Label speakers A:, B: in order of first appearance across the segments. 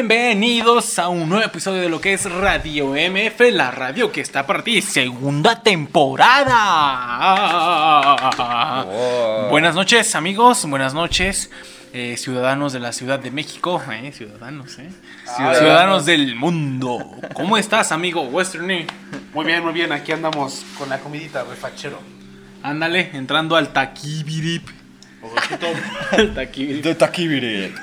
A: Bienvenidos a un nuevo episodio de lo que es Radio MF, la radio que está para ti, segunda temporada.
B: Wow.
A: Buenas noches amigos, buenas noches eh, ciudadanos de la Ciudad de México, eh, ciudadanos, eh,
B: Ciudadanos.
A: ciudadanos del mundo. ¿Cómo estás amigo Westerny?
B: Muy bien, muy bien, aquí andamos con la comidita, güey, fachero.
A: Ándale, entrando al taquibirip. Al taquibirip.
C: De Takibiri.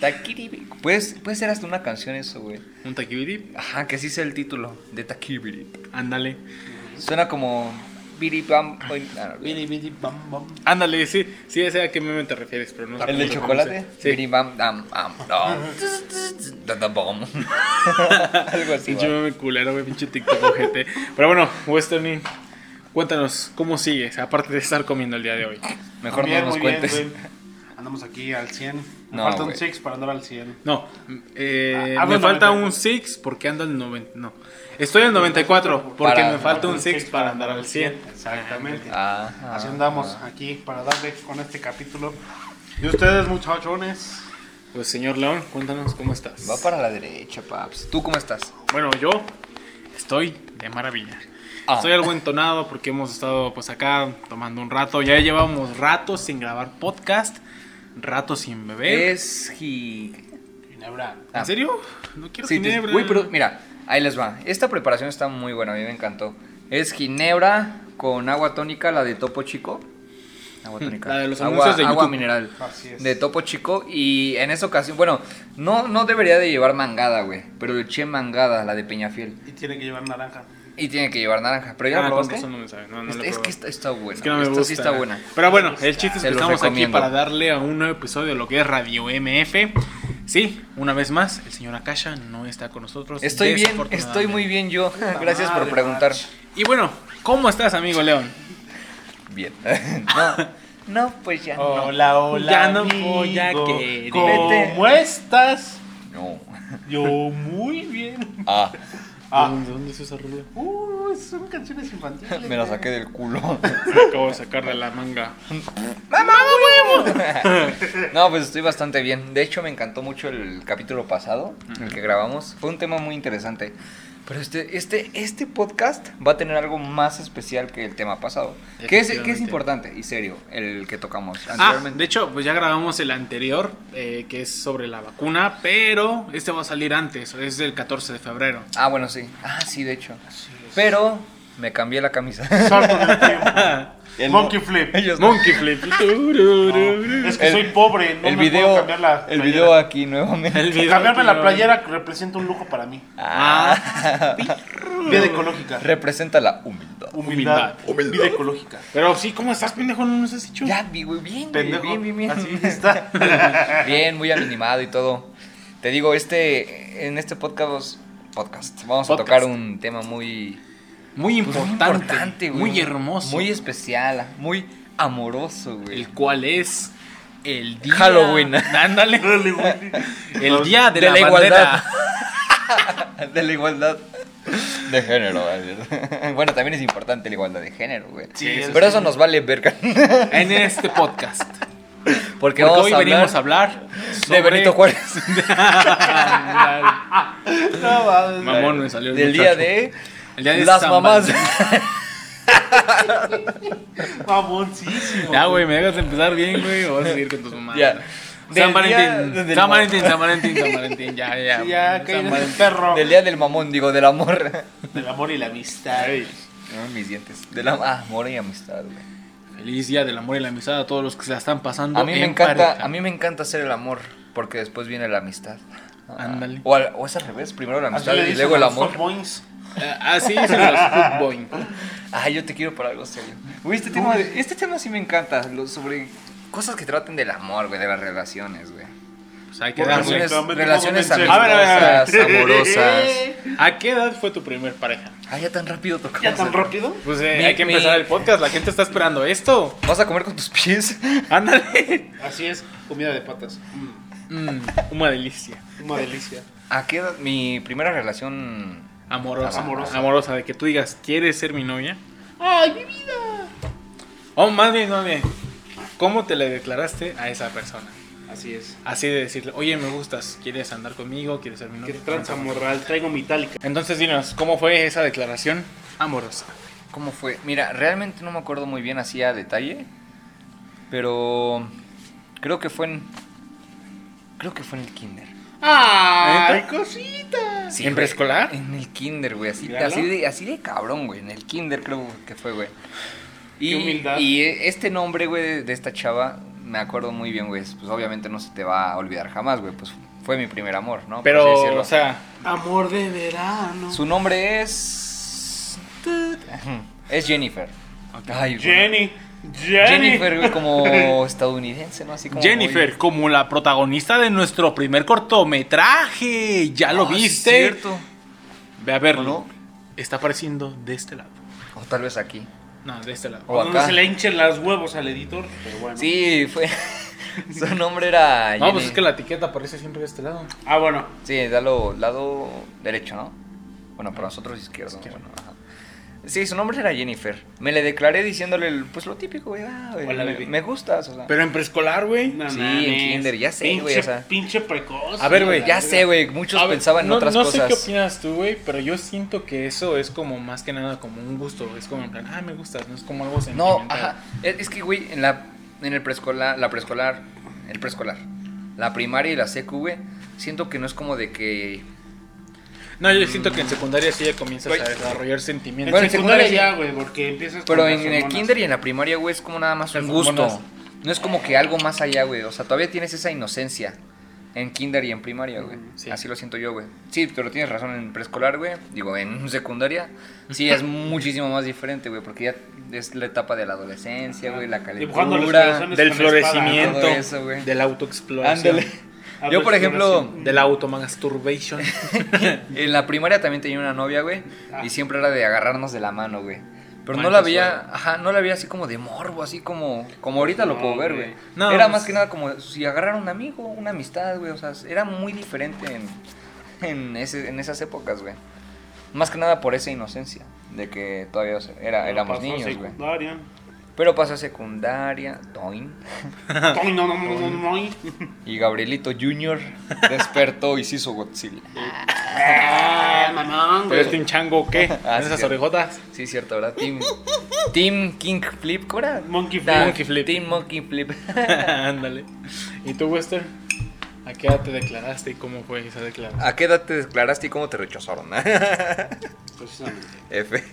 B: Taquiri, ¿Puedes, puede ser hasta una canción eso, güey.
A: Un taquibirip,
B: Ajá, que así sea el título, de Taquiri.
A: ándale.
B: Suena como... biri, bam, boy, ah, no,
A: Ándale, sí, sí, ya sé a qué meme te refieres, pero no sé
B: ¿El de
A: cómo se
B: chocolate?
A: pronuncia.
B: Biri, bam, dam, am, dam, tz, tz, tz, da, da, bom. Algo así,
A: Pinche
B: va.
A: meme culero, güey, pinche TikTok ojete. Pero bueno, Westerning, cuéntanos, ¿cómo sigues? Aparte de estar comiendo el día de hoy.
B: Mejor
D: Bien,
B: no nos
D: muy bien,
B: cuentes.
D: güey. Andamos aquí al 100. Me
B: No,
D: falta un
B: güey.
D: 6 para andar al 100.
A: No, eh,
D: Ah, ah,
A: me
D: bueno,
A: falta
D: bueno.
A: un 6 porque ando al 90. No, estoy al 94 porque
B: Para-
A: me falta un 6 para andar al 100.
D: Exactamente.
B: Ah, ah,
D: Así andamos aquí para darle con este capítulo. Y ustedes, muchachones.
A: Pues señor León, cuéntanos cómo estás.
B: Va para la derecha, paps. ¿Tú cómo estás?
A: Bueno, yo estoy de maravilla.
B: Ah.
A: Estoy algo entonado porque hemos estado pues acá tomando un rato. Ya llevamos rato sin grabar podcast, rato sin beber.
B: Es... gi-
D: Ginebra.
B: Ah.
A: ¿En serio? No quiero
B: Sí, te-
A: ginebra. Ah,
B: Uy, pero mira, ahí les va. Esta preparación está muy buena, a mí me encantó. Es ginebra con agua tónica, la de Topo Chico. Agua tónica.
A: Hmm, la de los
B: agua,
A: anuncios de
B: agua
A: YouTube.
B: mineral.
D: Así es.
B: De Topo Chico. Y en esa ocasión, bueno, no, no debería de llevar mangada, güey. Pero le eché mangada, la de Peñafiel.
D: Y tiene que llevar naranja.
B: Y tiene que llevar naranja. Pero ya
A: Ah,
B: la
A: con
B: probaste.
A: razón no me sabe. No, no
B: ¿eh? Es-
A: la he
B: es
A: probado.
B: que está, está buena.
A: Es que no me
B: esta
A: gusta.
B: sí está buena.
A: Pero bueno, el chiste es
B: Se
A: que
B: los
A: estamos
B: recomiendo.
A: aquí para darle a un nuevo episodio de lo que es Radio MF. Sí, una vez más, el señor Akasha no está con nosotros.
B: Estoy bien, estoy
A: Pues desafortunadamente.
B: muy bien yo. Gracias por
D: madre,
B: preguntar.
D: macho.
A: Y bueno, ¿cómo estás, amigo León?
B: Bien. no, no, pues ya.
A: Oh.
B: no.
D: Hola, hola.
A: Ya no
D: amigo.
A: voy a querer.
D: ¿Cómo estás?
B: No.
D: Yo muy bien.
B: Ah.
D: Ah.
A: dónde es esa rola?
D: Uh, son canciones infantiles.
B: Me la
D: güey.
B: saqué del culo.
A: Me acabo de sacar de la manga.
B: ¡Mamá, huevo! no, pues estoy bastante bien. De hecho, me encantó mucho el capítulo pasado, el que grabamos. Fue un tema muy interesante. Pero este, este, este podcast va a tener algo más especial que el tema pasado. Que es, que es
A: Efectivamente.
B: importante y serio, el que tocamos
A: Ah,
B: anteriormente.
A: de hecho, pues ya grabamos el anterior, eh, que es sobre la vacuna, pero este va a salir antes, es del 14 de febrero.
B: Ah, bueno, sí. Ah, sí, de hecho. Pero me cambié la camisa.
D: Salto en el tiempo. Monkey flip.
B: Ellos no.
A: Monkey Flip. Turururu.
D: Es que
B: El-
D: soy pobre, no
B: el
D: me
B: video,
D: puedo cambiar la
B: el
D: playera.
B: video aquí nuevamente.
A: El video
D: Cambiarme la
A: anterior.
D: playera representa un lujo para mí.
B: Ah,
D: Vida ecológica.
B: representa la humildad.
D: Humildad.
B: Humildad.
D: Vida ecológica.
A: Pero sí, ¿cómo estás, pendejo? No nos has dicho.
B: Ya, vi, güey, bien, güey,
D: Pendejo.
B: bien, bien, bien.
D: Así está.
B: Bien, muy animado y todo. Te digo, este, en este podcast, podcast, vamos a
A: Podcast.
B: tocar un tema muy
A: Muy
B: pues, muy
A: importante, muy,
B: güey.
A: hermoso.
B: muy especial, muy amoroso, güey.
A: el cual es el día
B: Halloween.
A: Ándale. el día de,
B: De
A: la,
B: la
A: igualdad.
B: de la igualdad de género. güey. Bueno, también es importante la igualdad de género, güey.
D: Sí, eso
B: Pero
D: sí.
B: eso nos vale verga,
A: En este podcast.
B: porque
A: Porque
B: vamos
A: hoy
B: a hablar
A: venimos a hablar sobre-
B: de Benito Juárez,
A: Ándale.
D: No mames.
A: Mamón me salió el
B: del día
A: muchacho.
B: de
A: El día de
B: las
A: San
B: mamás.
D: Mamoncísimo.
A: Ya, güey, me dejas empezar bien, güey. O vas a seguir con tus mamás.
B: Ya.
A: San
B: Del
A: Valentín.
B: día del
A: San
B: ma-
A: Valentín, San Valentín, San Valentín. Ya, ya.
D: Sí, ya,
A: San
D: que eres
A: Valentín.
D: el perro.
B: Del día del mamón, digo, del amor.
D: Del amor y la amistad.
B: No, mis dientes. Del am- ah, amor y amistad, güey.
A: Feliz día del amor y la amistad a todos los que se la están pasando.
B: A mí, me
A: en
B: encanta,
A: pareja.
B: a mí me encanta hacer el amor, porque después viene la amistad. Ah,
A: Ándale.
B: O, al- o es al revés, primero la
D: Así
B: amistad
D: le
B: y
D: dicen
B: luego
D: a
B: el
D: los
B: amor.
D: fuckboys.
A: Eh, Así se los Pues boing.
B: Ay, yo te quiero para algo serio. Güey, este tema, de- este tema sí me encanta, lo, sobre cosas que traten del amor, güey, de las relaciones, güey.
A: Pues hay que darle.
B: Relaciones,
D: Exactamente,
B: relaciones
D: como pensé. A ver, a ver, a
B: amistosas,
D: ver.
B: amorosas.
A: ¿A qué edad fue tu primer pareja?
B: Ah, ya tan rápido tocamos.
D: ¿Ya tan
B: el-
D: rápido?
A: Pues eh,
B: Mi-
A: hay que empezar
B: mi-
A: el podcast. La gente está esperando esto.
B: ¿Vas a comer con tus pies?
A: Ándale.
D: Así es, comida de patas.
A: Mm, una delicia.
D: Una delicia.
B: ¿A qué edad? Mi primera relación...
A: Amorosa.
D: Amorosa.
A: Amorosa. De que tú digas, ¿quieres ser mi novia?
D: ¡Ay, mi vida!
A: O más bien, más bien. ¿Cómo te le declaraste a esa persona?
D: Así es.
A: Así de decirle, oye, me gustas, ¿quieres andar conmigo? ¿Quieres ser mi
D: ¿Qué
A: novio?
D: tranza morral? Traigo metálica.
A: Entonces, dinos, ¿cómo fue esa declaración amorosa?
B: ¿Cómo fue? Mira, realmente no me acuerdo muy bien así a detalle, pero creo que fue en... Creo que fue en el kinder.
D: ¡Ay, cositas!
B: Sí,
A: ¿En
B: güey.
A: preescolar?
B: En el kinder, güey. Así,
D: Míralo.
B: así, de, así de cabrón, güey. En el kinder creo que fue, güey. Y,
D: Qué humildad.
B: y eh, este nombre, güey, de, de esta chava, me acuerdo muy bien, güey. Pues obviamente no se te va a olvidar jamás, güey. Pues fue mi primer amor, ¿no? Por así
A: Pero,
B: decirlo.
A: o sea,
D: Amor de verano.
B: Su nombre es... Es Jennifer. Ay, güey.
D: Jenny. Jenny.
B: Jennifer, güey, como estadounidense, ¿no? Así como...
A: Jennifer, como la protagonista de nuestro primer cortometraje, ¿ya lo
B: Ah, sí,
A: viste?
B: cierto.
A: Ve a verlo.
B: ¿O no?
A: Está apareciendo de este lado.
B: O tal vez aquí.
A: No, de este lado.
B: O
D: Donde
B: acá.
D: se le hinchen las huevos al editor. Pero bueno.
B: Sí, fue... Su nombre era...
A: No, pues
B: Jenny-
A: es que la etiqueta aparece siempre de este lado.
D: Ah, bueno.
B: Sí, dalo lado derecho, ¿no? Bueno, para nosotros izquierdo. bueno, ajá. Sí, su nombre era Jennifer. Me le declaré diciéndole, el- pues lo típico, güey. ah, güey,
D: Hola,
B: me,
D: baby.
B: me gustas, o sea.
A: Pero en preescolar, güey.
D: No
B: Sí,
D: mames.
B: en kinder, ya sé,
D: pinche,
B: güey, o sea.
D: Pinche precoz.
A: A ver, güey,
B: ya sé, güey, muchos
A: A ver,
B: pensaban en
A: no,
B: otras
A: no
B: cosas.
A: sé qué opinas tú, güey, pero yo siento que eso es como más que nada como un gusto. Es como en plan, ah, me gustas, no es como algo
B: No,
A: sentimental.
B: ajá. Es, es que, güey, en la en el preescolar, la preescolar, el preescolar, la primaria y la secu, güey, siento que no es como de que
A: No, yo siento que en secundaria sí ya comienzas
B: Güey.
A: a desarrollar sentimientos.
D: En
B: Bueno, en
D: secundaria
B: secundaria
D: ya, güey, porque empiezas
B: Pero
D: con
B: en,
D: las
B: el
D: hormonas.
B: kinder y en la primaria, güey, es como nada más un
A: Las
B: gusto.
A: hormonas.
B: No es como que algo más allá, güey. O sea, todavía tienes esa inocencia en kinder y en primaria, güey.
A: Mm, sí.
B: Así lo siento yo, güey. Sí, pero tienes razón en preescolar, güey. Digo, en secundaria. Sí, es muchísimo más diferente, güey, porque ya es la etapa de la adolescencia, güey, la
D: Dibujando los
B: calentura.
D: corazones.
A: del
D: con la espada,
A: florecimiento,
B: todo eso, güey.
A: de la autoexploración,
B: Ándale. Yo, por ejemplo,
A: de la automasturbation.
B: en la primaria también tenía una novia, güey,
D: Ah.
B: y siempre era de agarrarnos de la mano, güey. Pero no
A: Manches,
B: la veía, ajá, no la veía así como de morbo, así como como ahorita lo
D: No,
B: puedo ver,
D: güey.
B: güey.
A: No,
B: era
A: pues-
B: más que nada como si agarrar un amigo, una amistad, güey, o sea, era muy diferente en, en, ese- en esas épocas, güey. Más que nada por esa inocencia de que todavía o sea, era, éramos
D: Pasó
B: niños, güey.
D: secundaria.
B: Pero pasó a secundaria, Toin
D: Ay, no, no, no, no, no, no.
B: y Gabrielito Jr. despertó y se hizo Godzilla.
D: Ah, mamón,
A: ¿Pero
D: güey.
A: este un chango o qué?
B: Ah,
A: ¿En esas
B: sí, cierto.
A: orejotas?
B: Sí, cierto, ¿verdad? Team, team King Flip, ¿cómo era?
D: Monkey
B: Ta-
A: Monkey Flip.
B: Team Monkey Flip.
A: Ándale. ¿Y tú, Wester? ¿A qué edad te declaraste y cómo fue esa declaración?
B: ¿A qué edad te declaraste y cómo te rechazaron?
D: Precisamente.
B: F.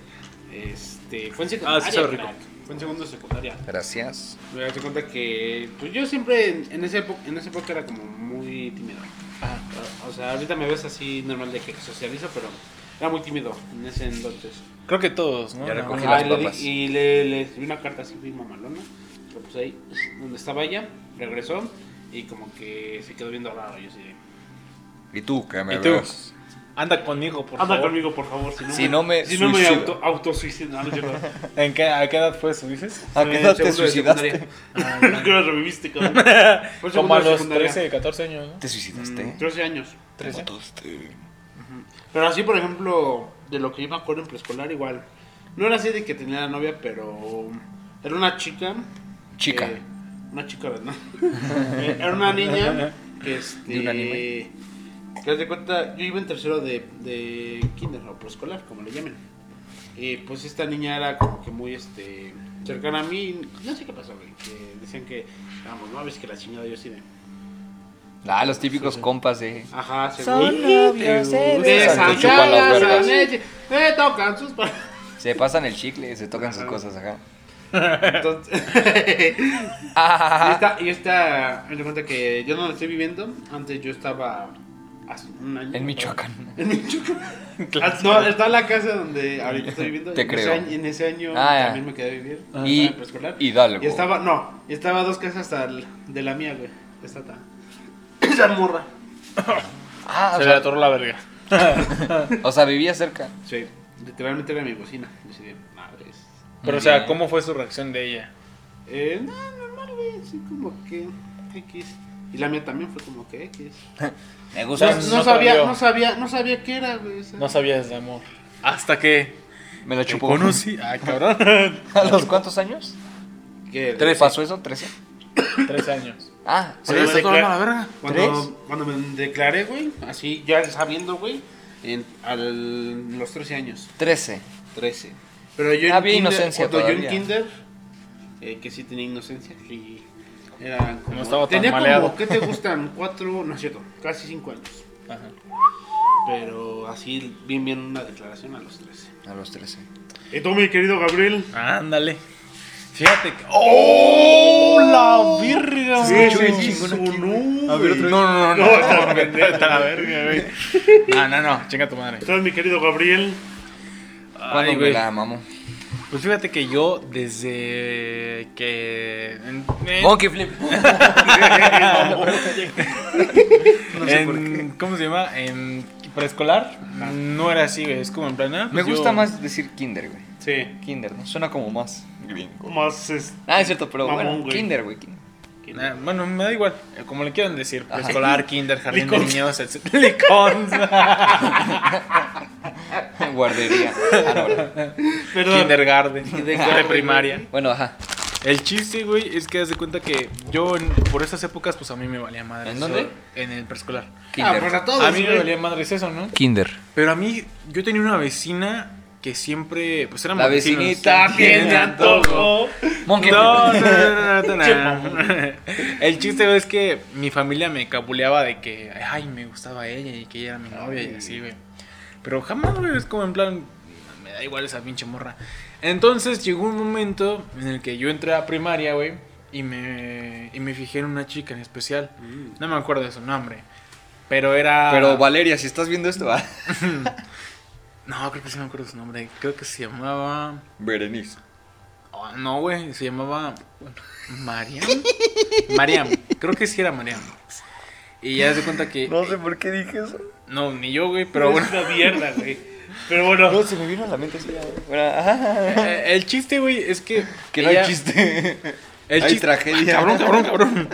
D: Este, fue en
A: Ah,
D: secundaria.
A: sí, sabe rico.
D: crack. Fue en segundo de secundaria.
B: Gracias.
D: Me das cuenta que pues yo siempre en, en esa época, en esa época era como muy tímido.
B: Ah.
A: Ajá.
D: O sea, ahorita me ves así normal de que socializo, pero era muy tímido en ese entonces.
A: Creo que todos, ¿no?
B: Ya
A: No,
B: recogí
A: no.
B: las
D: Ah, y le di-
B: papas.
D: y le, le escribí una carta así bien mamalona. Lo puse ahí, donde estaba ella, regresó y como que se quedó viendo raro. Yo así de,
B: ¿Y tú qué me
A: ¿Y tú?
B: ves?
A: Anda conmigo, por
D: Anda
A: favor.
D: conmigo, por favor. Si no
B: Si
D: me,
B: no me
D: si no me
B: suicido.
D: auto, autosuicido. No, no, yo no.
A: ¿En qué, ¿A qué edad fue eso, dices?
B: ¿A qué edad te
D: Segundo de
B: suicidaste?
D: secundaria. Creo que lo reviviste, cabrón.
A: Como
D: Fue segundo
A: a
D: de
A: los
D: secundaria.
A: 13, 14 años, ¿no?
B: ¿Te
D: Mm,
B: suicidaste?
D: 13 años.
B: ¿Te
A: 13.
B: mataste?
D: Pero así, por ejemplo, de lo que yo me acuerdo en preescolar, igual. No era así de que tenía la novia, pero era una chica.
B: Chica.
D: eh, una chica, ¿verdad? Eh, era una niña que este.
B: ¿De un anime?
D: Que haz de cuenta, yo iba en tercero de, de kinder o preescolar, como le llamen. Y pues esta niña era como que muy este cercana a mí. No sé qué pasó, güey. Que decían que, vamos, no ves que la chingada yo sí de.
B: Ah, los típicos compas eh. de...
D: Ajá,
B: Son
D: según.
B: novios, eh, se
D: De
B: besan,
D: San
B: se chupan las
D: Carlos,
B: vergas.
D: San- me Eh, tocan sus pa-
B: Se pasan el chicle, se tocan sus cosas Ah, acá.
D: Entonces, y esta, y esta, haz de cuenta que yo no la estoy viviendo. Antes yo estaba hace un año.
B: En Michoacán.
D: En Michoacán. Ah,
A: Claro.
D: No, está la casa donde ahorita estoy viviendo.
B: Te
D: en
B: creo.
D: Ese año, en ese año
B: Ah, ya.
D: también me quedé a vivir.
B: Ajá.
D: Y,
B: Y- Hidalgo.
D: Y estaba, no, estaba dos casas al- de la mía, güey. Esta ta. Esa morra.
B: Ah, o
A: Se le
B: sea,
A: atoró la verga.
B: o sea, vivía cerca.
D: Sí, literalmente era mi bocina. Decidí, madres.
A: Pero, o sea, ¿cómo fue su reacción de ella?
D: Eh, no, normal, güey, así como que X. Y la mía también fue como que X.
B: Me
D: O
B: gusta.
D: sea,
A: no
D: no,
A: te
D: sabía,
A: valió.
D: no sabía, no sabía qué era, güey. o sea.
A: No sabías de amor. Hasta que
B: Me la
A: te
B: chupó.
A: conocí. Ah, cabrón.
B: ¿A los cuántos años?
D: ¿Qué era?
B: ¿Pasó eso? ¿13?
C: Tres años.
B: Ah, sí.
D: Sí, güey,
A: está
D: claro.
A: hablando a la verga.
B: ¿Tres?
D: Cuando, cuando me declaré, güey, así ya sabiendo, güey, en, al, los 13 años,
B: 13.
D: 13. Pero yo en
B: Había
D: kinder-
B: inocencia
D: cuando yo
B: todavía.
D: en kinder, eh, que sí tenía inocencia, y era como,
A: No estaba tan
D: tenía
A: maleado.
D: como, ¿qué te gustan? Cuatro, no es cierto, casi cinco años.
C: Ajá.
D: Pero así, bien, bien una declaración a los 13.
B: A los 13.
D: Y tú, mi querido Gabriel,
A: Ándale. Fíjate. que- ¡Oh! La verga,
D: Sí,
A: güey.
D: sí, sí, sonó, güey.
A: No, no, no, no.
D: No, estás pendejo.
A: Está la verga, güey. Ah, no, no. Chinga tu madre.
D: Entonces, mi querido Gabriel,
B: ¿Cuándo
A: Ay,
B: me
A: güey.
B: la mamó?
A: Pues fíjate que yo desde que. en- en-
B: Monkey Flip.
A: en- ¿Cómo se llama? En preescolar. No era así, güey. Es como en plan. ah,
B: Me
A: pues
B: gusta
A: yo-
B: más decir Kinder, güey.
D: sí,
B: Kinder, ¿no? Suena como más.
D: más es-
B: Ah, es cierto, pero
D: Mamón,
B: bueno,
D: güey.
B: Kinder, güey. Kinder.
A: Ah, Bueno, me da igual, eh, como le quieran decir,
B: Ajá.
A: preescolar, kinder, jardín de
D: Licons.
A: niños, etc. Licons.
B: Guardería. Ah, no, bueno.
D: Perdón.
A: kindergarten, de primaria.
B: Bueno, ajá.
A: El chiste, güey, es que haz de cuenta que yo en- por esas épocas, pues a mí me valía madre.
B: ¿En
A: eso,
B: dónde?
A: En el preescolar.
D: Ah,
B: Kinder.
D: pues a todos,
A: A mí me
D: güey.
A: valía madre eso, ¿no?
B: Kinder.
A: Pero a mí, yo tenía una vecina que siempre, pues éramos
B: La
A: vecinos.
B: vecinita tiene antojo. Monkey
A: No, no,
B: Flip.
A: no, no, no, no, no. El chiste güey, es que mi familia me capuleaba de que, ay, me gustaba ella y que ella era mi novia y así, güey. Pero jamás, güey, es como en plan, me da igual esa pinche morra. Entonces llegó un momento en el que yo entré a primaria, güey, y me, y me fijé en una chica en especial. No me acuerdo de su nombre, pero era...
B: Mm. Pero Valeria, si estás viendo esto, ah.
A: No, creo que sí me acuerdo de su nombre. Creo que se llamaba...
B: Berenice.
A: Ah, no, güey, se llamaba Mariam. Mariam, creo que sí era Mariam. Y ya se cuenta que. No,
B: sé por qué dije eso.
A: ni yo, güey, pero bueno.
D: Es una mierda, güey. Pero bueno,
B: No, se me vino a la mente así. ah, Bueno, ajá.
A: Eh, El chiste, güey, es que.
B: Que no
A: ella-
B: hay chiste.
A: El
B: hay
A: chiste-
B: tragedia.
A: Cabrón, cabrón, cabrón.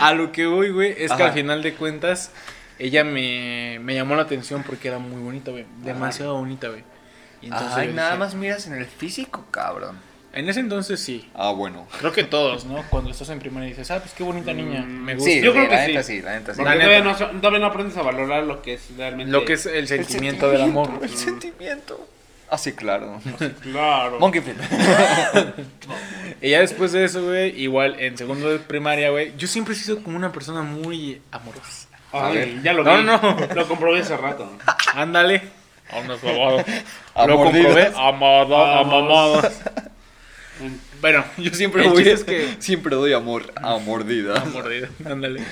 A: A lo que voy, güey, es que
B: Ajá.
A: al final de cuentas, ella me, me llamó la atención porque era muy bonita, güey. Demasiado bonita, güey. Y entonces
B: Ay,
A: yo
B: nada
A: dije-
B: más miras en el físico, cabrón.
A: En ese entonces sí.
B: Ah, bueno.
A: Creo que todos, Pues, ¿no? Cuando estás en primaria dices, ah, pues qué bonita niña. Me gusta.
B: Sí,
D: Yo
B: sí,
D: creo que
B: la
D: sí.
B: neta sí, la neta sí.
A: La
D: porque
A: neta.
D: todavía no, todavía no aprendes a valorar lo que es realmente.
A: Lo que es el sentimiento del amor.
B: El sentimiento. Ah, sí, claro.
D: Claro.
B: Monkey Flip.
A: Y ya después de eso, güey, igual en segundo de primaria, güey, yo siempre he sido como una persona muy amorosa.
D: Ay,
B: A ver.
D: ya lo
A: No,
D: vi.
A: no.
D: Lo comprobé hace rato.
A: Ándale. A unos babados.
B: A
A: Lo
B: mordidas.
A: comprobé. Amado,
D: A
A: amamado. Bueno,
B: Yo siempre
A: El
B: voy
A: chiste es que-
B: siempre doy amor a mordidas.
A: a mordida. Ándale.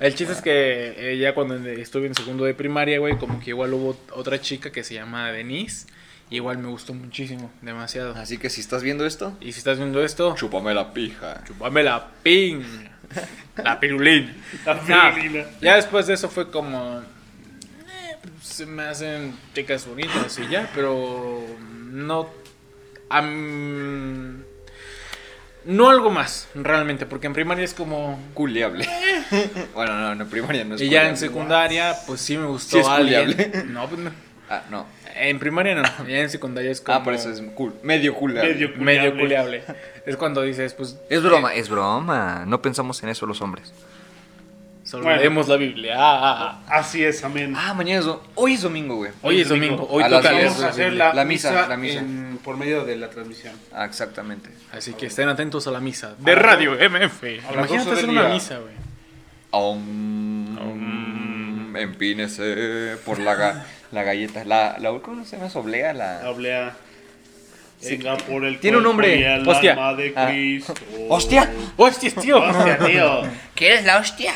A: El chiste es que eh, ya cuando estuve en segundo de primaria, güey, como que igual hubo otra chica que se llama Denise. Igual me gustó muchísimo, demasiado.
B: Así que si estás viendo esto,
A: Y si estás viendo esto,
B: chúpame la pija.
A: chupame la pin. La pirulín.
D: La
A: Nah,
D: pirulina.
A: ya después de eso fue como. eh, se me hacen chicas bonitas y ya, pero. No. am, no algo más, realmente, porque en primaria es como.
B: Culeable. bueno, no, no, en primaria no es
A: Y ya en
B: culeable.
A: secundaria, pues sí me gustó
B: Sí es culiable.
A: alguien. No, pues no.
B: Ah, no.
A: En primaria no, ya en secundaria es como.
B: Ah, por eso es cool. Medio culeable.
D: Medio.
A: medio culeable. Es cuando dices, pues.
B: Es broma, es broma. No pensamos en eso los hombres.
A: eh, Solo leemos la Biblia. Ah, ah, ah.
D: Así es, amén.
B: Ah, mañana es do- hoy es domingo, güey.
A: Hoy es domingo, hoy
B: A las
A: toca
B: diez.
A: leer.
D: Vamos a hacer
B: la
D: la,
B: misa,
D: misa,
B: la misa.
D: en- por medio de la transmisión.
B: Ah, exactamente.
A: Así que estén atentos a la misa de Radio MF.
D: las
A: Imagínate
D: 12
A: hacer
D: del
A: una
D: día.
A: misa, güey.
B: Om, empínese por la, ga- la galleta. La, la, ¿Cómo se llama? Soblea la.
D: Oblea.
B: Sí.
D: Venga por el
B: Tiene un
D: cuerpo
B: nombre.
D: y el
A: Hostia.
D: alma de
B: Ah.
D: Cristo.
B: ¡Hostia!
A: ¡Hostia, tío!
D: Hostia, tío.
B: ¿Qué es la hostia?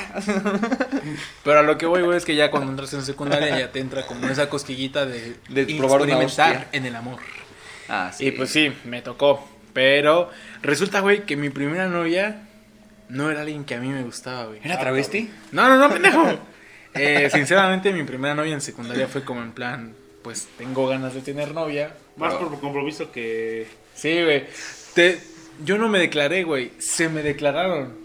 A: Pero a lo que voy, güey, es que ya cuando entras en secundaria ya te entra como esa cosquillita de,
B: De probar una
A: experimentar
B: hostia.
A: en el amor.
B: Ah, sí.
A: Y pues sí, me tocó. Pero resulta, güey, que mi primera novia no era alguien que a mí me gustaba, güey.
B: ¿Era travesti?
A: No, no, no, pendejo. Eh, sinceramente, mi primera novia en secundaria fue como en plan, pues tengo ganas de tener novia,
D: Más
B: Pero-
D: por compromiso que.
A: Sí, güey. Te- Yo no me declaré, güey. Se me declararon.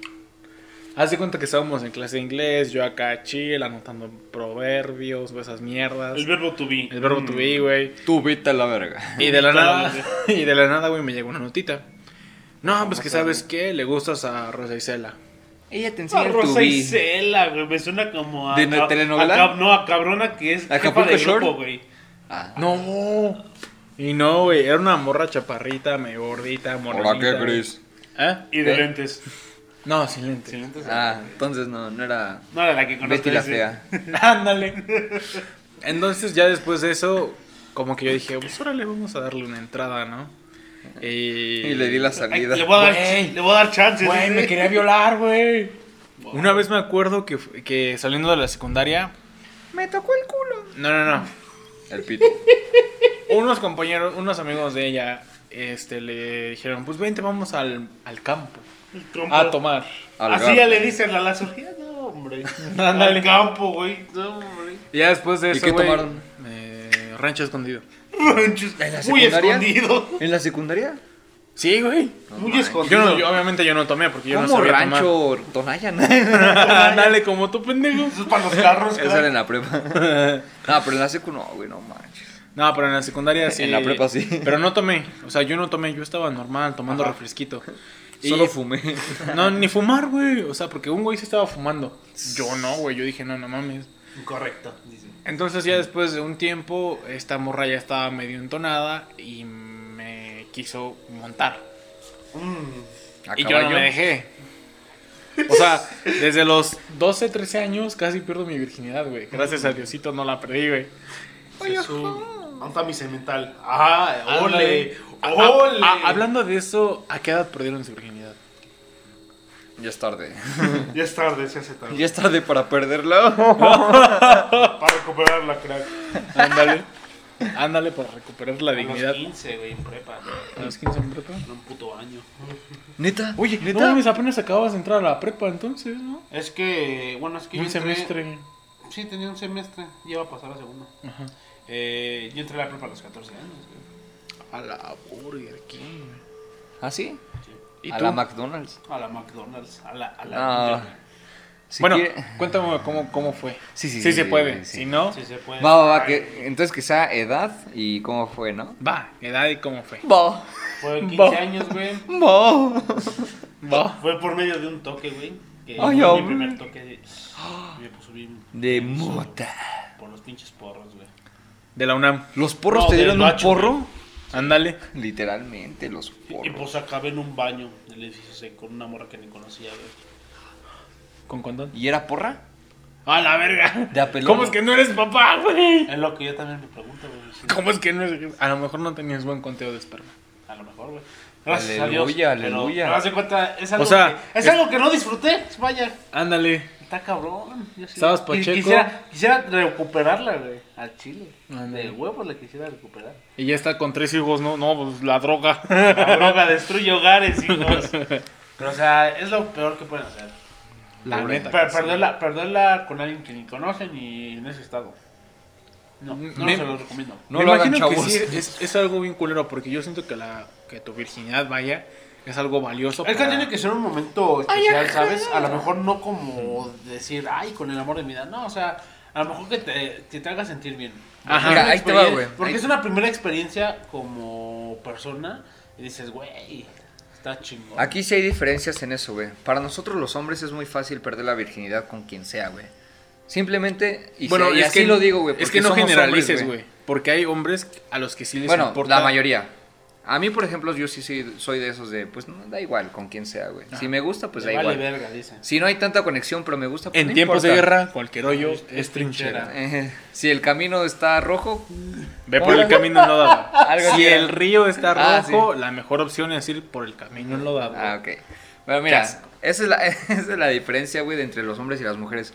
A: Haz de cuenta que estábamos en clase de inglés, yo acá chill, anotando proverbios, güey, esas mierdas.
D: El
A: El,
D: verbo to be. Mm.
A: verbo to be, güey.
B: Tú vete a la verga.
A: Y de la
D: Totalmente.
A: nada, y de la nada, güey, me llegó una notita. No, pues que sabes qué, le gustas a Rosa Isela.
B: Ella te enseña
D: Ah,
B: el
D: Rosa
B: tubí.
D: Isela, güey. Me suena como a.
B: ¿De una
D: a-
B: telenovela?
D: a cab- no, a cabrona que es.
B: ¿Acapulco
D: jefa de
B: Shore?
D: grupo, güey.
B: Ah.
A: No. Y no, güey, era una morra chaparrita, medio gordita, morenita.
B: Hola, ¿qué
A: güey.
B: crees?
A: ¿Eh?
D: Y de
B: ¿Eh?
D: lentes.
A: No, sin lentes.
D: Sin lentes.
B: Ah, entonces no, no era
D: No era la que conozco.
B: Betty la
D: sí.
B: Fea.
A: Ándale. Entonces ya después de eso, como que yo dije, pues órale, vamos a darle una entrada, ¿no? Y,
B: Y le di la
D: Ay,
B: salida.
D: le, voy a dar,
A: Güey.
D: le voy a dar chance.
A: Güey,
D: dice.
A: me quería violar, güey. Una vez me acuerdo que, fu- que saliendo de la secundaria...
B: Me tocó el culo.
A: No, no, no.
B: El pito.
A: Unos compañeros, unos amigos de ella, este, le dijeron, pues vente, vamos al, al campo.
D: Trompa.
B: Ah,
A: A tomar.
B: Algar.
D: Así ya le dicen a la cirugía, no, hombre.
A: Ándale.
D: Al campo, güey. No, hombre.
A: Y ya después de
B: ¿Y
A: eso,
B: qué
A: güey,
B: tomaron?
A: eh, rancho escondido.
D: Ranchos.
B: ¿En la
D: Muy
B: secundaria?
D: escondido.
B: ¿En la secundaria?
A: Sí, güey.
D: Muy
B: mames.
A: Yo,
D: escondido.
A: no- yo obviamente yo no tomé porque yo no
B: ¿Cómo
A: sabía tomar.
B: rancho Tonayan?
A: Ándale, como tú, pendejo.
D: Eso es para los carros,
B: Eso era
D: claro.
B: en la prepa. No, pero en la secu no, güey, no manches.
A: No, pero en la secundaria sí.
B: En la prepa sí.
A: Pero no tomé. O sea, yo no tomé. Yo estaba normal, tomando
D: Ajá.
A: refresquito. Y-
B: Solo fumé.
A: No, ni fumar, güey. O sea, porque un güey se estaba fumando. Yo no, güey. Yo dije, no, no mames.
D: Correcto, dice.
A: Entonces ya después de un tiempo, esta morra ya estaba medio entonada y me quiso montar.
D: Mm.
B: A
A: Y yo no
B: caballo.
A: me dejé. O sea, desde los 12, 13 años casi pierdo mi virginidad, güey. Gracias a Diosito no la perdí, güey.
D: Es un Anfami semental. Ah, ole.
A: A- a-
D: Ole.
A: a- hablando de eso, ¿a qué edad perdieron su virginidad?
B: Ya es tarde.
D: Ya es tarde, se hace tarde.
B: Ya es tarde para perderla.
D: Para recuperar la crack.
A: Ándale. Ándale para recuperar la
D: A los
A: dignidad.
D: 15, güey, en prepa.
A: A los 15 en prepa.
D: En un puto año.
B: Neta. Oye,
A: No mames, apenas acabas de entrar a la prepa entonces, ¿no?
D: Es que, bueno, es que yo
A: Un
D: entré-
A: semestre.
D: Sí, tenía un semestre. Ya iba a pasar a segundo.
A: Ajá.
D: Eh, yo entré a la prepa a los 14 años, güey.
A: A la Burger King.
B: ¿Ah, sí?
D: Sí.
A: ¿Y
B: a
A: tú?
B: la McDonald's.
D: A la McDonald's. A la. A la
B: Ah. Si
A: bueno,
B: quiere-
A: cuéntame cómo, cómo fue.
B: Sí, sí,
A: sí.
B: sí,
A: se puede.
B: sí.
A: Si no,
D: Si se puede.
B: Va, va, va. Que, entonces que sea edad y cómo fue, ¿no?
A: va, edad y cómo fue.
B: Va.
D: Fue 15
A: Va.
D: años, güey.
B: Va.
A: Va.
D: Fue por medio de un toque, güey. Que
B: Ay,
D: fue
B: hombre.
D: mi primer toque de. Me puso bien.
B: De
D: tenso, güey,
B: mota.
D: Por los pinches porros, güey.
A: De la UNAM.
B: ¿Los porros
D: No,
B: te
D: del
B: dieron un
D: bacho,
B: porro?
A: Ándale.
B: Literalmente, los
D: Y
B: porros.
D: pues acabé en un baño del edificio C con una morra que ni conocía, güey.
A: ¿Con condón?
B: ¿Y era porra?
A: A la verga.
B: De apelón.
A: ¿Cómo es que no eres papá, güey?
D: Es lo que yo también me pregunto, güey. si-
A: ¿Cómo es que no eres? A lo mejor no tenías buen conteo de esperma.
D: A lo mejor, güey. Gracias a Dios.
B: Aleluya,
D: pero,
B: aleluya.
D: haz de cuenta, es algo,
A: O sea,
D: que, es,
A: es-
D: algo que no disfruté. Pues, Vaya,
A: Ándale.
D: está cabrón. Yo sí-
A: Estabas
D: y
A: pacheco.
D: Quisiera, quisiera recuperarla, güey, al chile.
A: Ándale.
D: De huevos la quisiera recuperar.
A: Y ya está con tres hijos, no, no, pues la droga.
D: La droga destruye hogares, hijos. Pero, o sea, es lo peor que pueden hacer.
A: La
B: Pobre.
A: neta.
D: Per-
A: que sí.
D: perderla, perderla con alguien que ni conocen y en ese estado. No, no
A: Me-
D: se lo recomiendo.
B: No
A: Me
B: lo hagan,
A: imagino
B: chavos.
A: que sí, es, es algo bien culero, porque yo siento que la que tu virginidad vaya es algo valioso.
D: Es que
A: para-
D: tiene que ser un momento especial, ¿sabes? A lo mejor no como decir, ay, con el amor de mi vida. No, o sea, a lo mejor que te, que te haga sentir bien. Porque
A: Ajá.
D: es una
B: Mira, ahí te va,
D: experien-
B: güey.
D: Porque
B: Ahí-
D: es una primera experiencia como persona y dices, güey, está chingón.
B: Aquí sí hay diferencias en eso, güey. Para nosotros los hombres es muy fácil perder la virginidad con quien sea, güey. Simplemente, y, bueno, y así lo digo, güey.
A: Es
B: porque
A: que no
B: somos
A: generalices,
B: hombres,
A: güey. Porque hay hombres a los que sí les
B: Bueno,
A: importa.
B: la mayoría. A mí, por ejemplo, yo sí soy, soy de esos de, pues, no, da igual con quien sea, güey. Si me gusta, pues
D: Te
B: da
D: vale
B: igual.
D: verga, dicen.
B: Si no hay tanta conexión, pero me gusta, pues
A: En
B: no
A: tiempos de
B: importa.
A: guerra, cualquier hoyo
D: Es-
A: es
D: es trinchera.
A: este trinchera.
B: Eh, si el camino está rojo,
A: Ve por el
B: Hola.
A: camino enlodado.
B: Algo
A: si
B: que era.
A: el río está
B: Ah,
A: rojo, la mejor opción es ir por el camino enlodado.
B: ah, ok. Bueno, mira,
A: asco.
B: esa es la, esa es la diferencia, güey, de entre los hombres y las mujeres.